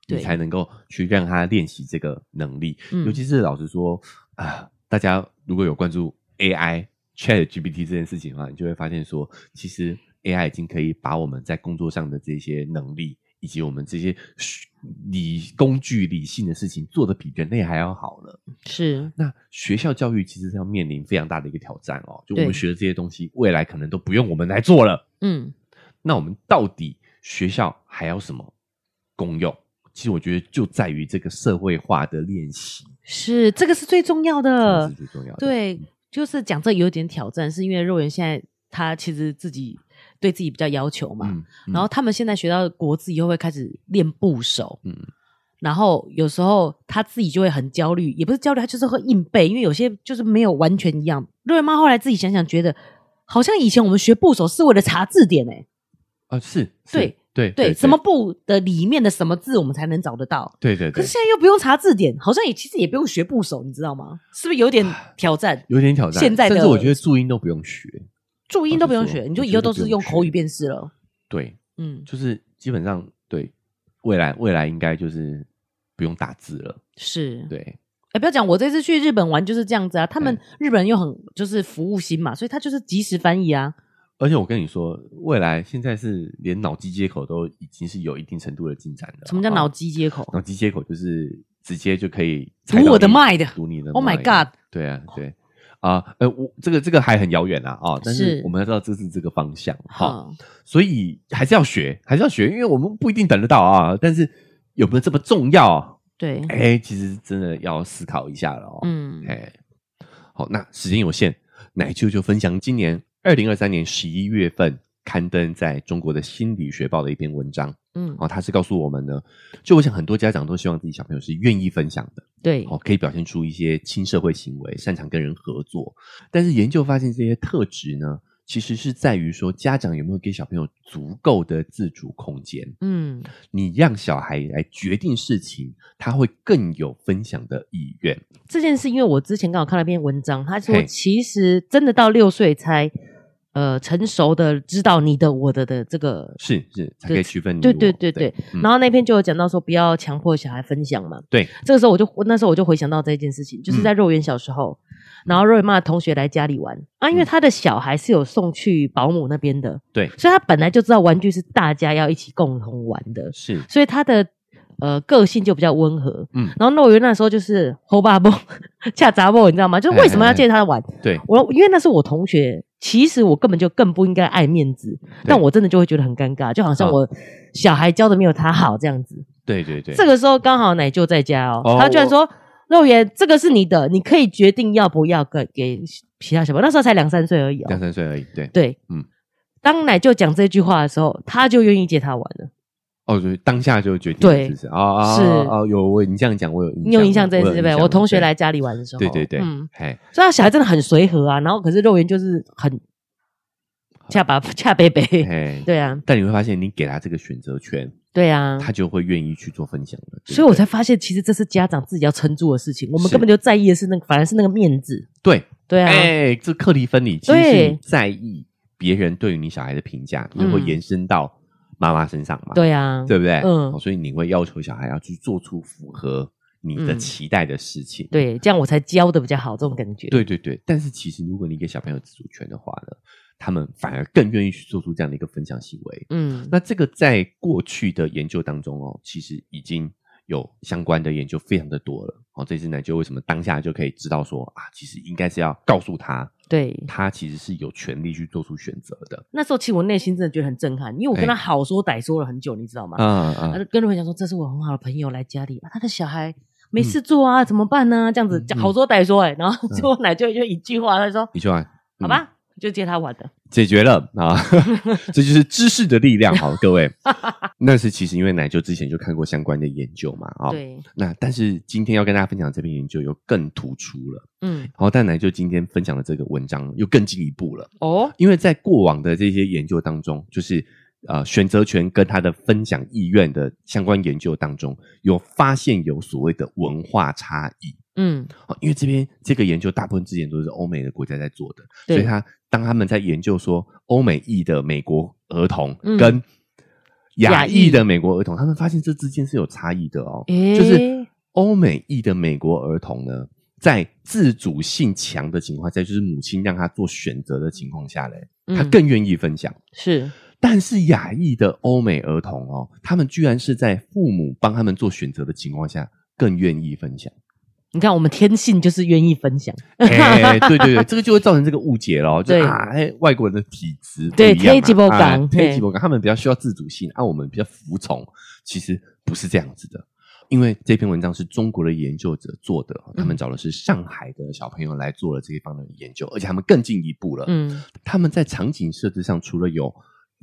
B: 对
C: 你才能够去让他练习这个能力。
B: 嗯
C: 尤其是老实说啊、大家如果有关注 AI Chat GPT 这件事情的话，你就会发现说，其实 AI 已经可以把我们在工作上的这些能力。以及我们这些理工具理性的事情做的比人类还要好了。
B: 是，
C: 那学校教育其实是要面临非常大的一个挑战哦，就我
B: 对
C: 们学的这些东西，未来可能都不用我们来做了。
B: 嗯，
C: 那我们到底学校还有什么功用？其实我觉得就在于这个社会化的练习，
B: 是这个是最重要
C: 这
B: 的
C: 是，最重要的。
B: 呃对，就是讲这有点挑战，是因为肉圆现在他其实自己对自己比较要求嘛，
C: 嗯，嗯
B: 然后他们现在学到国字以后会开始练部首，
C: 嗯
B: 然后有时候他自己就会很焦虑，也不是焦虑，他就是会硬背，因为有些就是没有完全一样。瑞妈后来自己想想，觉得好像以前我们学部首是为了查字典诶、
C: 啊，是，是
B: 对
C: 对
B: 对，什么部的里面的什么字我们才能找得到。
C: 对对
B: 可
C: 对
B: 是，现在又不用查字典，好像也其实也不用学部首，你知道吗？是不是有点挑战？
C: 有点挑战。
B: 现在的
C: 甚至我觉得注音都不用学，
B: 注音都不用
C: 老
B: 学，
C: 实说
B: 你就
C: 我
B: 以
C: 觉
B: 后
C: 得
B: 都
C: 不
B: 是
C: 用
B: 用口
C: 学
B: 语辨识了。
C: 对，
B: 嗯，
C: 就是基本上对未来未来应该就是不用打字了，
B: 是。
C: 对，
B: 哎、不要讲，我这次去日本玩就是这样子啊。他们
C: 嗯
B: 日本人又很就是服务心嘛，所以他就是及时翻译啊。
C: 而且我跟你说，未来现在是连脑机接口都已经是有一定程度的进展了。啊
B: 什么叫
C: 好不好
B: 脑机接口？
C: 脑机接口就是直接就可以
B: 读
C: 猜到
B: 我的
C: 你
B: mind
C: 读你的
B: Oh my
C: mind
B: God
C: 对啊，对啊，呃，我这个这个还很遥远啦啊，但是
B: 是
C: 我们要知道这是这个方向哈，
B: 嗯，
C: 所以还是要学，还是要学，因为我们不一定等得到啊，但是有没有这么重要？
B: 对，
C: 哎，其实真的要思考一下了哦。
B: 嗯，
C: 哎，好，那时间有限，奶舅就分享今年二零二三年十一月份刊登在中国的心理学报的一篇文章。
B: 嗯，
C: 哦，他是告诉我们呢，就我想很多家长都希望自己小朋友是愿意分享的，
B: 对，
C: 哦，可以表现出一些亲社会行为，擅长跟人合作。但是研究发现，这些特质呢，其实是在于说家长有没有给小朋友足够的自主空间，
B: 嗯，
C: 你让小孩来决定事情，他会更有分享的意愿。
B: 这件事，因为我之前刚好看了一篇文章，他说
C: 嘿
B: 其实真的到六岁才呃成熟的知道你的我的的这个。
C: 是是，才
B: 对
C: 可以区分你
B: 对
C: 我
B: 对对对，
C: 嗯
B: 然后那篇就有讲到说不要强迫小孩分享嘛。
C: 对，嗯
B: 这个时候我就我那时候我就回想到这件事情，就是在肉圆小时候，然后肉圆妈的同学来家里玩啊，因为
C: 嗯
B: 他的小孩是有送去保姆那边的，
C: 对
B: 所以他本来就知道玩具是大家要一起共同玩的，
C: 是
B: 所以他的呃个性就比较温和。
C: 嗯
B: 然后肉圆那时候就是吼爸爸 *laughs* 恰杂波，你知道吗？就是为什么要借他玩？
C: 对
B: 我因为那是我同学，其实我根本就更不应该爱面子，但我真的就会觉得很尴尬，就好像
C: 啊
B: 我小孩教的没有他好这样子。
C: 对对对，
B: 这个时候刚好奶舅在家哦，
C: 哦
B: 他居然说。肉圆，这个是你的，你可以决定要不要给给其他小朋友。那时候才两三岁而已哦
C: 两。三岁而已，对
B: 对，嗯
C: 嗯。
B: 当奶舅讲这句话的时候，他就愿意借他玩了。
C: 哦，对，当下就决定了
B: 对
C: 是不是啊啊
B: 是
C: 啊啊！有我你这样讲，我有印象，
B: 你有印象这件事
C: 我
B: 对
C: 有
B: 不对？
C: 印象
B: 我同学来，家里玩的时候，
C: 对对对，
B: 嗯，
C: 哎，
B: 所以他小孩真的很随和啊。然后可是肉圆就是很恰巴恰贝贝，
C: 哎，
B: 对啊，
C: 但你会发现，你给他这个选择权，
B: 对啊，
C: 他就会愿意去做分享了。对不
B: 所以我
C: 对
B: 才发现，其实这是家长自己要撑住的事情。我们
C: 是
B: 根本就在意的是那个，反而是那个面子。
C: 对，
B: 对啊，
C: 哎，这课题分离其实是
B: 对
C: 你在意别人对于你小孩的评价，你会
B: 嗯
C: 延伸到妈妈身上嘛？
B: 对啊，
C: 对不对？
B: 嗯
C: 嗯，所以你会要求小孩要去做出符合你的
B: 嗯
C: 期待的事情。
B: 对，这样我才教的比较好，这种感觉。
C: 对对对，但是其实如果你给小朋友自主权的话呢，他们反而更愿意去做出这样的一个分享行为。
B: 嗯，
C: 那这个在过去的研究当中哦，其实已经有相关的研究非常的多了。哦，这次奶就为什么当下就可以知道说啊，其实应该是要告诉他，
B: 对。
C: 他其实是有权利去做出选择的。
B: 那时候其实我内心真的觉得很震撼，因为我跟他
C: 哎
B: 好说歹说了很久，你知道吗？
C: 啊
B: 啊
C: 啊，
B: 跟瑞文讲说，这是我很好的朋友来家里啊，他的小孩没事做啊，怎么办呢、这样子
C: 嗯
B: 讲好说歹说、哎，然后最后奶就就一句话，他说
C: 你说完，
B: 好
C: 嗯
B: 吧，就接他玩的。
C: 解决了啊， *laughs* 这就是知识的力量，哦好，各位。那是其实因为奶舅之前就看过相关的研究嘛，啊、
B: 对，
C: 那但是今天要跟大家分享这篇研究又更突出了，
B: 嗯，
C: 然后但奶舅今天分享的这个文章又更进一步了，
B: 哦，
C: 因为在过往的这些研究当中，就是呃选择权跟他的分享意愿的相关研究当中，有发现有所谓的文化差异。
B: 嗯，
C: 哦，因为这边这个研究大部分之前都是欧美的国家在做的，
B: 对
C: 所以他当他们在研究说欧美裔的美国儿童
B: 嗯
C: 跟亚
B: 亚
C: 裔
B: 裔
C: 的美国儿童，他们发现这之间是有差异的哦，
B: 诶
C: 就是欧美裔的美国儿童呢。在自主性强的情况下，就是母亲让他做选择的情况下嘞，他
B: 嗯
C: 更愿意分享。
B: 是
C: 但是亚裔的欧美儿童哦，他们居然是在父母帮他们做选择的情况下，更愿意分享。
B: 你看我们天性就是愿意分享，
C: 哎、对
B: *laughs*
C: 对对，这个就会造成这个误解咯，就
B: 对
C: 啊，哎，外国人的体质不
B: 对
C: 一样嘛
B: tangible
C: 啊
B: 感对
C: tangible 感，他们比较需要自主性，啊，我们比较服从，其实不是这样子的。因为这篇文章是中国的研究者做的，
B: 嗯
C: 他们找的是上海的小朋友来做了这一方面的研究，而且他们更进一步了。
B: 嗯，
C: 他们在场景设置上，除了有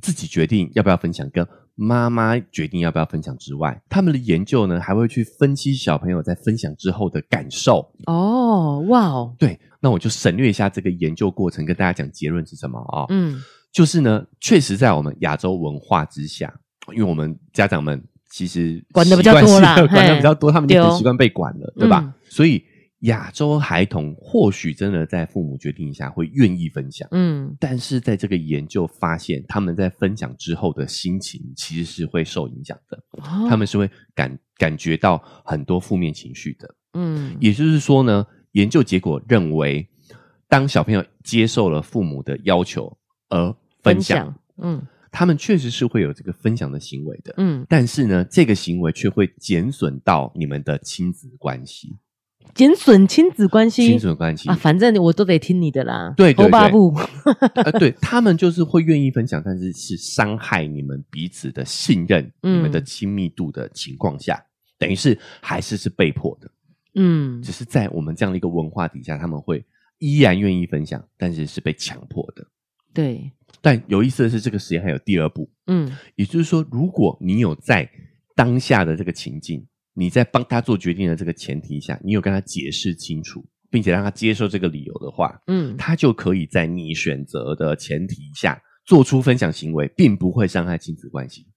C: 自己决定要不要分享，跟妈妈决定要不要分享之外，他们的研究呢还会去分析小朋友在分享之后的感受。
B: 哦，哇哦，
C: 对，那我就省略一下这个研究过程，跟大家讲结论是什么啊、
B: 嗯，
C: 就是呢，确实在我们亚洲文化之下，因为我们家长们其实
B: 管得比
C: 习惯
B: 较多
C: 性
B: 啦
C: 管的
B: 嘿
C: 比较多，他们
B: 对
C: 就
B: 哦
C: 很习惯被管了，对吧？
B: 嗯
C: 所以亚洲孩童或许真的在父母决定一下会愿意分享。
B: 嗯，
C: 但是在这个研究发现，他们在分享之后的心情其实是会受影响的，他
B: 他
C: 们是会感感觉到很多负面情绪的。
B: 嗯
C: 也就是说呢，研究结果认为，当小朋友接受了父母的要求而分享，，
B: 嗯
C: 他们确实是会有这个分享的行为的。
B: 嗯，
C: 但是呢，这个行为却会减损到你们的亲子关系，
B: 减损亲子关系，
C: 亲子关系
B: 啊，反正我都得听你的啦，
C: 对对
B: 欧巴
C: 对
B: 布，
C: 呃，对他们就是会愿意分享，但是是伤害你们彼此的信任、
B: 嗯
C: 你们的亲密度的情况下，等于是还是是被迫的，
B: 嗯
C: 只是在我们这样的一个文化底下，他们会依然愿意分享，但是是被强迫的。
B: 对，
C: 但有意思的是，这个实验还有第二步，
B: 嗯
C: 也就是说，如果你有在当下的这个情境，你在帮他做决定的这个前提下，你有跟他解释清楚，并且让他接受这个理由的话，
B: 嗯，
C: 他就可以在你选择的前提下做出分享行为，并不会伤害亲子关系。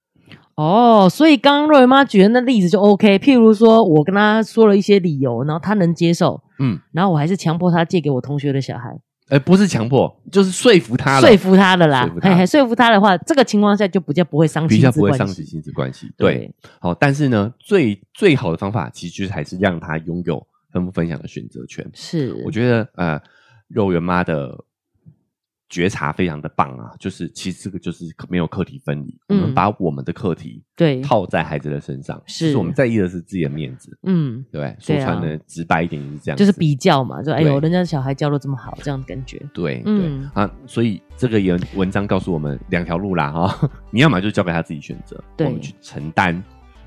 B: 哦，所以刚刚瑞文妈举的那例子就 OK，譬如说我跟他说了一些理由，然后他能接受，
C: 嗯，
B: 然后我还是强迫他借给我同学的小孩，
C: 哎，不是强迫，就是说服他了，
B: 说服他的啦
C: 说服，他
B: 嘿嘿，说服他的话，这个情况下就比较不会伤
C: 比
B: 亲
C: 较
B: 子
C: 不会伤
B: 关
C: 及
B: 系，
C: 亲子关系。对，，好、但是呢，最最好的方法其实就是还是让他拥有分不分享的选择权。
B: 是，
C: 我觉得呃，肉圆妈的觉察非常的棒啊，就是其实这个就是没有课题分离，
B: 嗯
C: 我们把我们的课题
B: 对，
C: 套在孩子的身上，
B: 是
C: 其实我们在意的是自己的面子，
B: 嗯。
C: 对不对？
B: 对
C: 说
B: 啊
C: 穿的直白一点就是这样
B: 就
C: 子，
B: 是比较嘛，就哎呦，
C: 对
B: 人家小孩教的这么好，这样的感觉。 *laughs*
C: 对对、
B: 嗯
C: 啊，所以这个也文章告诉我们两条路啦哈、 *laughs* 你要么就交给他自己选择，
B: 对
C: 我们去承担。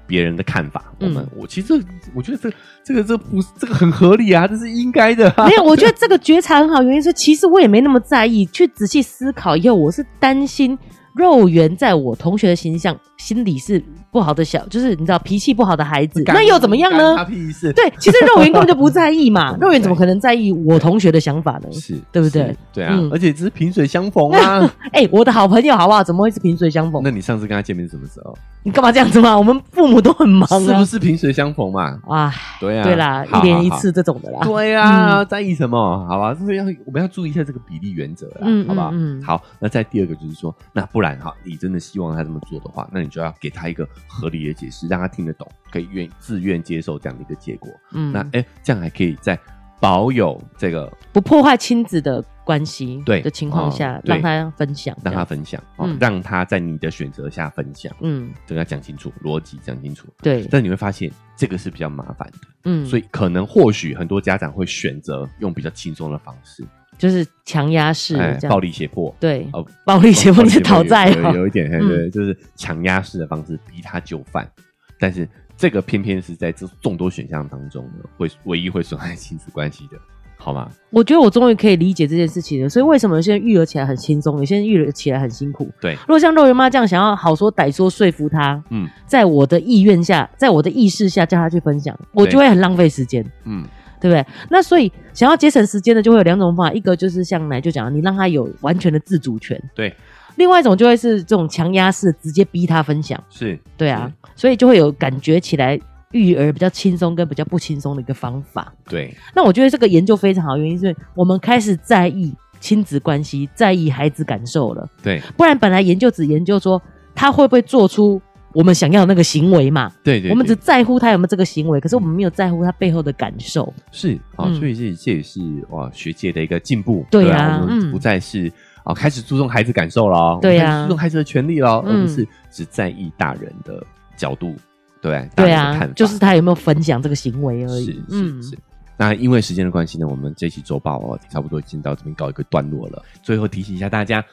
C: 别人的看法，我
B: 嗯
C: 们、我其实这我觉得这这个这不是这个很合理啊，这是应该的、啊。
B: 没有，我觉得这个觉察很好，原因是其实我也没那么在意，去仔细思考以后，我是担心肉圆在我同学的形象心里是不好的小，就是你知道脾气不好的孩子，
C: 干
B: 那又怎么样呢
C: 干他？屁事。
B: 对，其实肉圆根本就不在意嘛，
C: 根本不
B: 肉
C: 在意
B: 圆怎么可能在意我同学的想法呢？
C: 是，
B: 对不对
C: 是？对啊
B: 嗯，
C: 而且只是萍水相逢啊。
B: *laughs* 哎、我的好朋友好不好？怎么会是萍水相逢
C: 那？你上次跟他见面是什么时候？
B: 你干嘛这样子嘛？我们父母都很忙啊，
C: 是不是萍水相逢嘛？
B: 啊，
C: 对啊，
B: 对啦，
C: 好
B: 一年一。
C: 好好
B: 次这嗯种的啦。
C: 对啊，在意什么？好吧，所以要我们要注意一下这个比例原则啦，
B: 嗯
C: 好不好？
B: 嗯嗯
C: 好，那再第二个就是说，那不然哈，你真的希望他这么做的话，那你就要给他一个合理的解释，让他听得懂，可以愿自愿接受这样的一个结果。
B: 嗯，
C: 那哎、这样还可以在保有这个
B: 不破坏亲子的关系
C: 对
B: 的情况下
C: 哦，对
B: 让他分享，
C: 让他
B: 这样
C: 分享，哦
B: 嗯
C: 让他在你的选择下分享，
B: 嗯，
C: 这个要讲清楚，逻辑讲清楚。
B: 对，
C: 但你会发现这个是比较麻烦的，
B: 嗯，
C: 所以可能或许很多家长会选择用比较轻松的方式，
B: 就是强压式
C: 哎
B: 这样，
C: 暴力胁迫，
B: 对
C: 哦，
B: *laughs* 暴力胁迫是讨债
C: 有
B: 哦
C: 有有一点，嘿
B: 嗯
C: 对，就是强压式的方式逼他就范，但是这个偏偏是在这众多选项当中呢，会唯一会损害亲子关系的，好吗？
B: 我觉得我终于可以理解这件事情了。所以为什么有些人育儿起来很轻松，有些人育儿起来很辛苦？
C: 对
B: 如果像肉圆妈这样想要好说歹说说服他，
C: 嗯
B: 在我的意愿下，在我的意识下叫他去分享，我
C: 对
B: 就会很浪费时间，
C: 嗯，
B: 对不对？那所以想要节省时间的，就会有两种方法，一个就是像奶就讲的，你让他有完全的自主权；
C: 对，
B: 另外一种就会是这种强压式，直接逼他分享，
C: 是，
B: 对啊，
C: 嗯
B: 所以就会有感觉起来育儿比较轻松跟比较不轻松的一个方法。
C: 对，
B: 那我觉得这个研究非常好，原因是我们开始在意亲子关系，在意孩子感受了。
C: 对，
B: 不然本来研究只研究说他会不会做出我们想要的那个行为嘛，
C: 对对，
B: 我们
C: 对
B: 只在乎他有没有这个行为，可是我们没有在乎他背后的感受。
C: 是啊、
B: 嗯
C: 所以这这也是哇学界的一个进步，
B: 对啊
C: 啊，我们
B: 嗯
C: 不再是啊、开始注重孩子感受了哦，
B: 对啊
C: 我们开始注重孩子的权利了哦，
B: 嗯
C: 而不是只在意大人的角度，对，大
B: 对
C: 人的
B: 啊
C: 看法，
B: 就是他有没有分享这个行为而
C: 是
B: 已嗯
C: 是。是。那因为时间的关系呢，我们这期周报哦，差不多已经到这边告一个段落了。最后提醒一下大家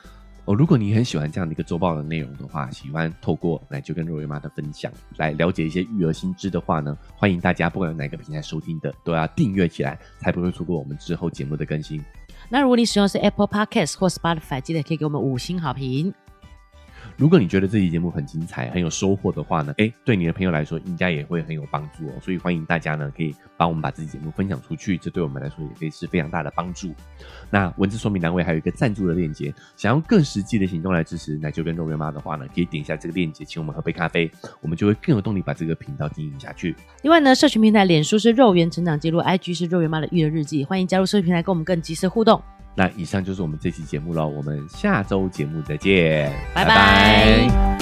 C: 哦，如果你很喜欢这样的一个周报的内容的话，喜欢透过奶就跟肉圆妈的分享来了解一些育儿新知的话呢，欢迎大家不管有哪个平台收听的，都要订阅起来，才不会错过我们之后节目的更新。
B: 那如果你使用的是 Apple Podcast 或 Spotify，记得可以给我们五星好评。
C: 如果你觉得这期节目很精彩、很有收获的话呢，诶，对你的朋友来说应该也会很有帮助哦。所以欢迎大家呢，可以帮我们把这期节目分享出去，这对我们来说也可以是非常大的帮助。那文字说明栏位还有一个赞助的链接，想要更实际的行动来支持奶舅跟肉圆妈的话呢，可以点一下这个链接，请我们喝杯咖啡，我们就会更有动力把这个频道经营下去。
B: 另外呢，社群平台脸书是肉圆成长记录，IG 是肉圆妈的育儿日记，欢迎加入社群平台跟我们更及时互动。
C: 那以上就是我们这期节目了，我们下周节目再见，
B: 拜拜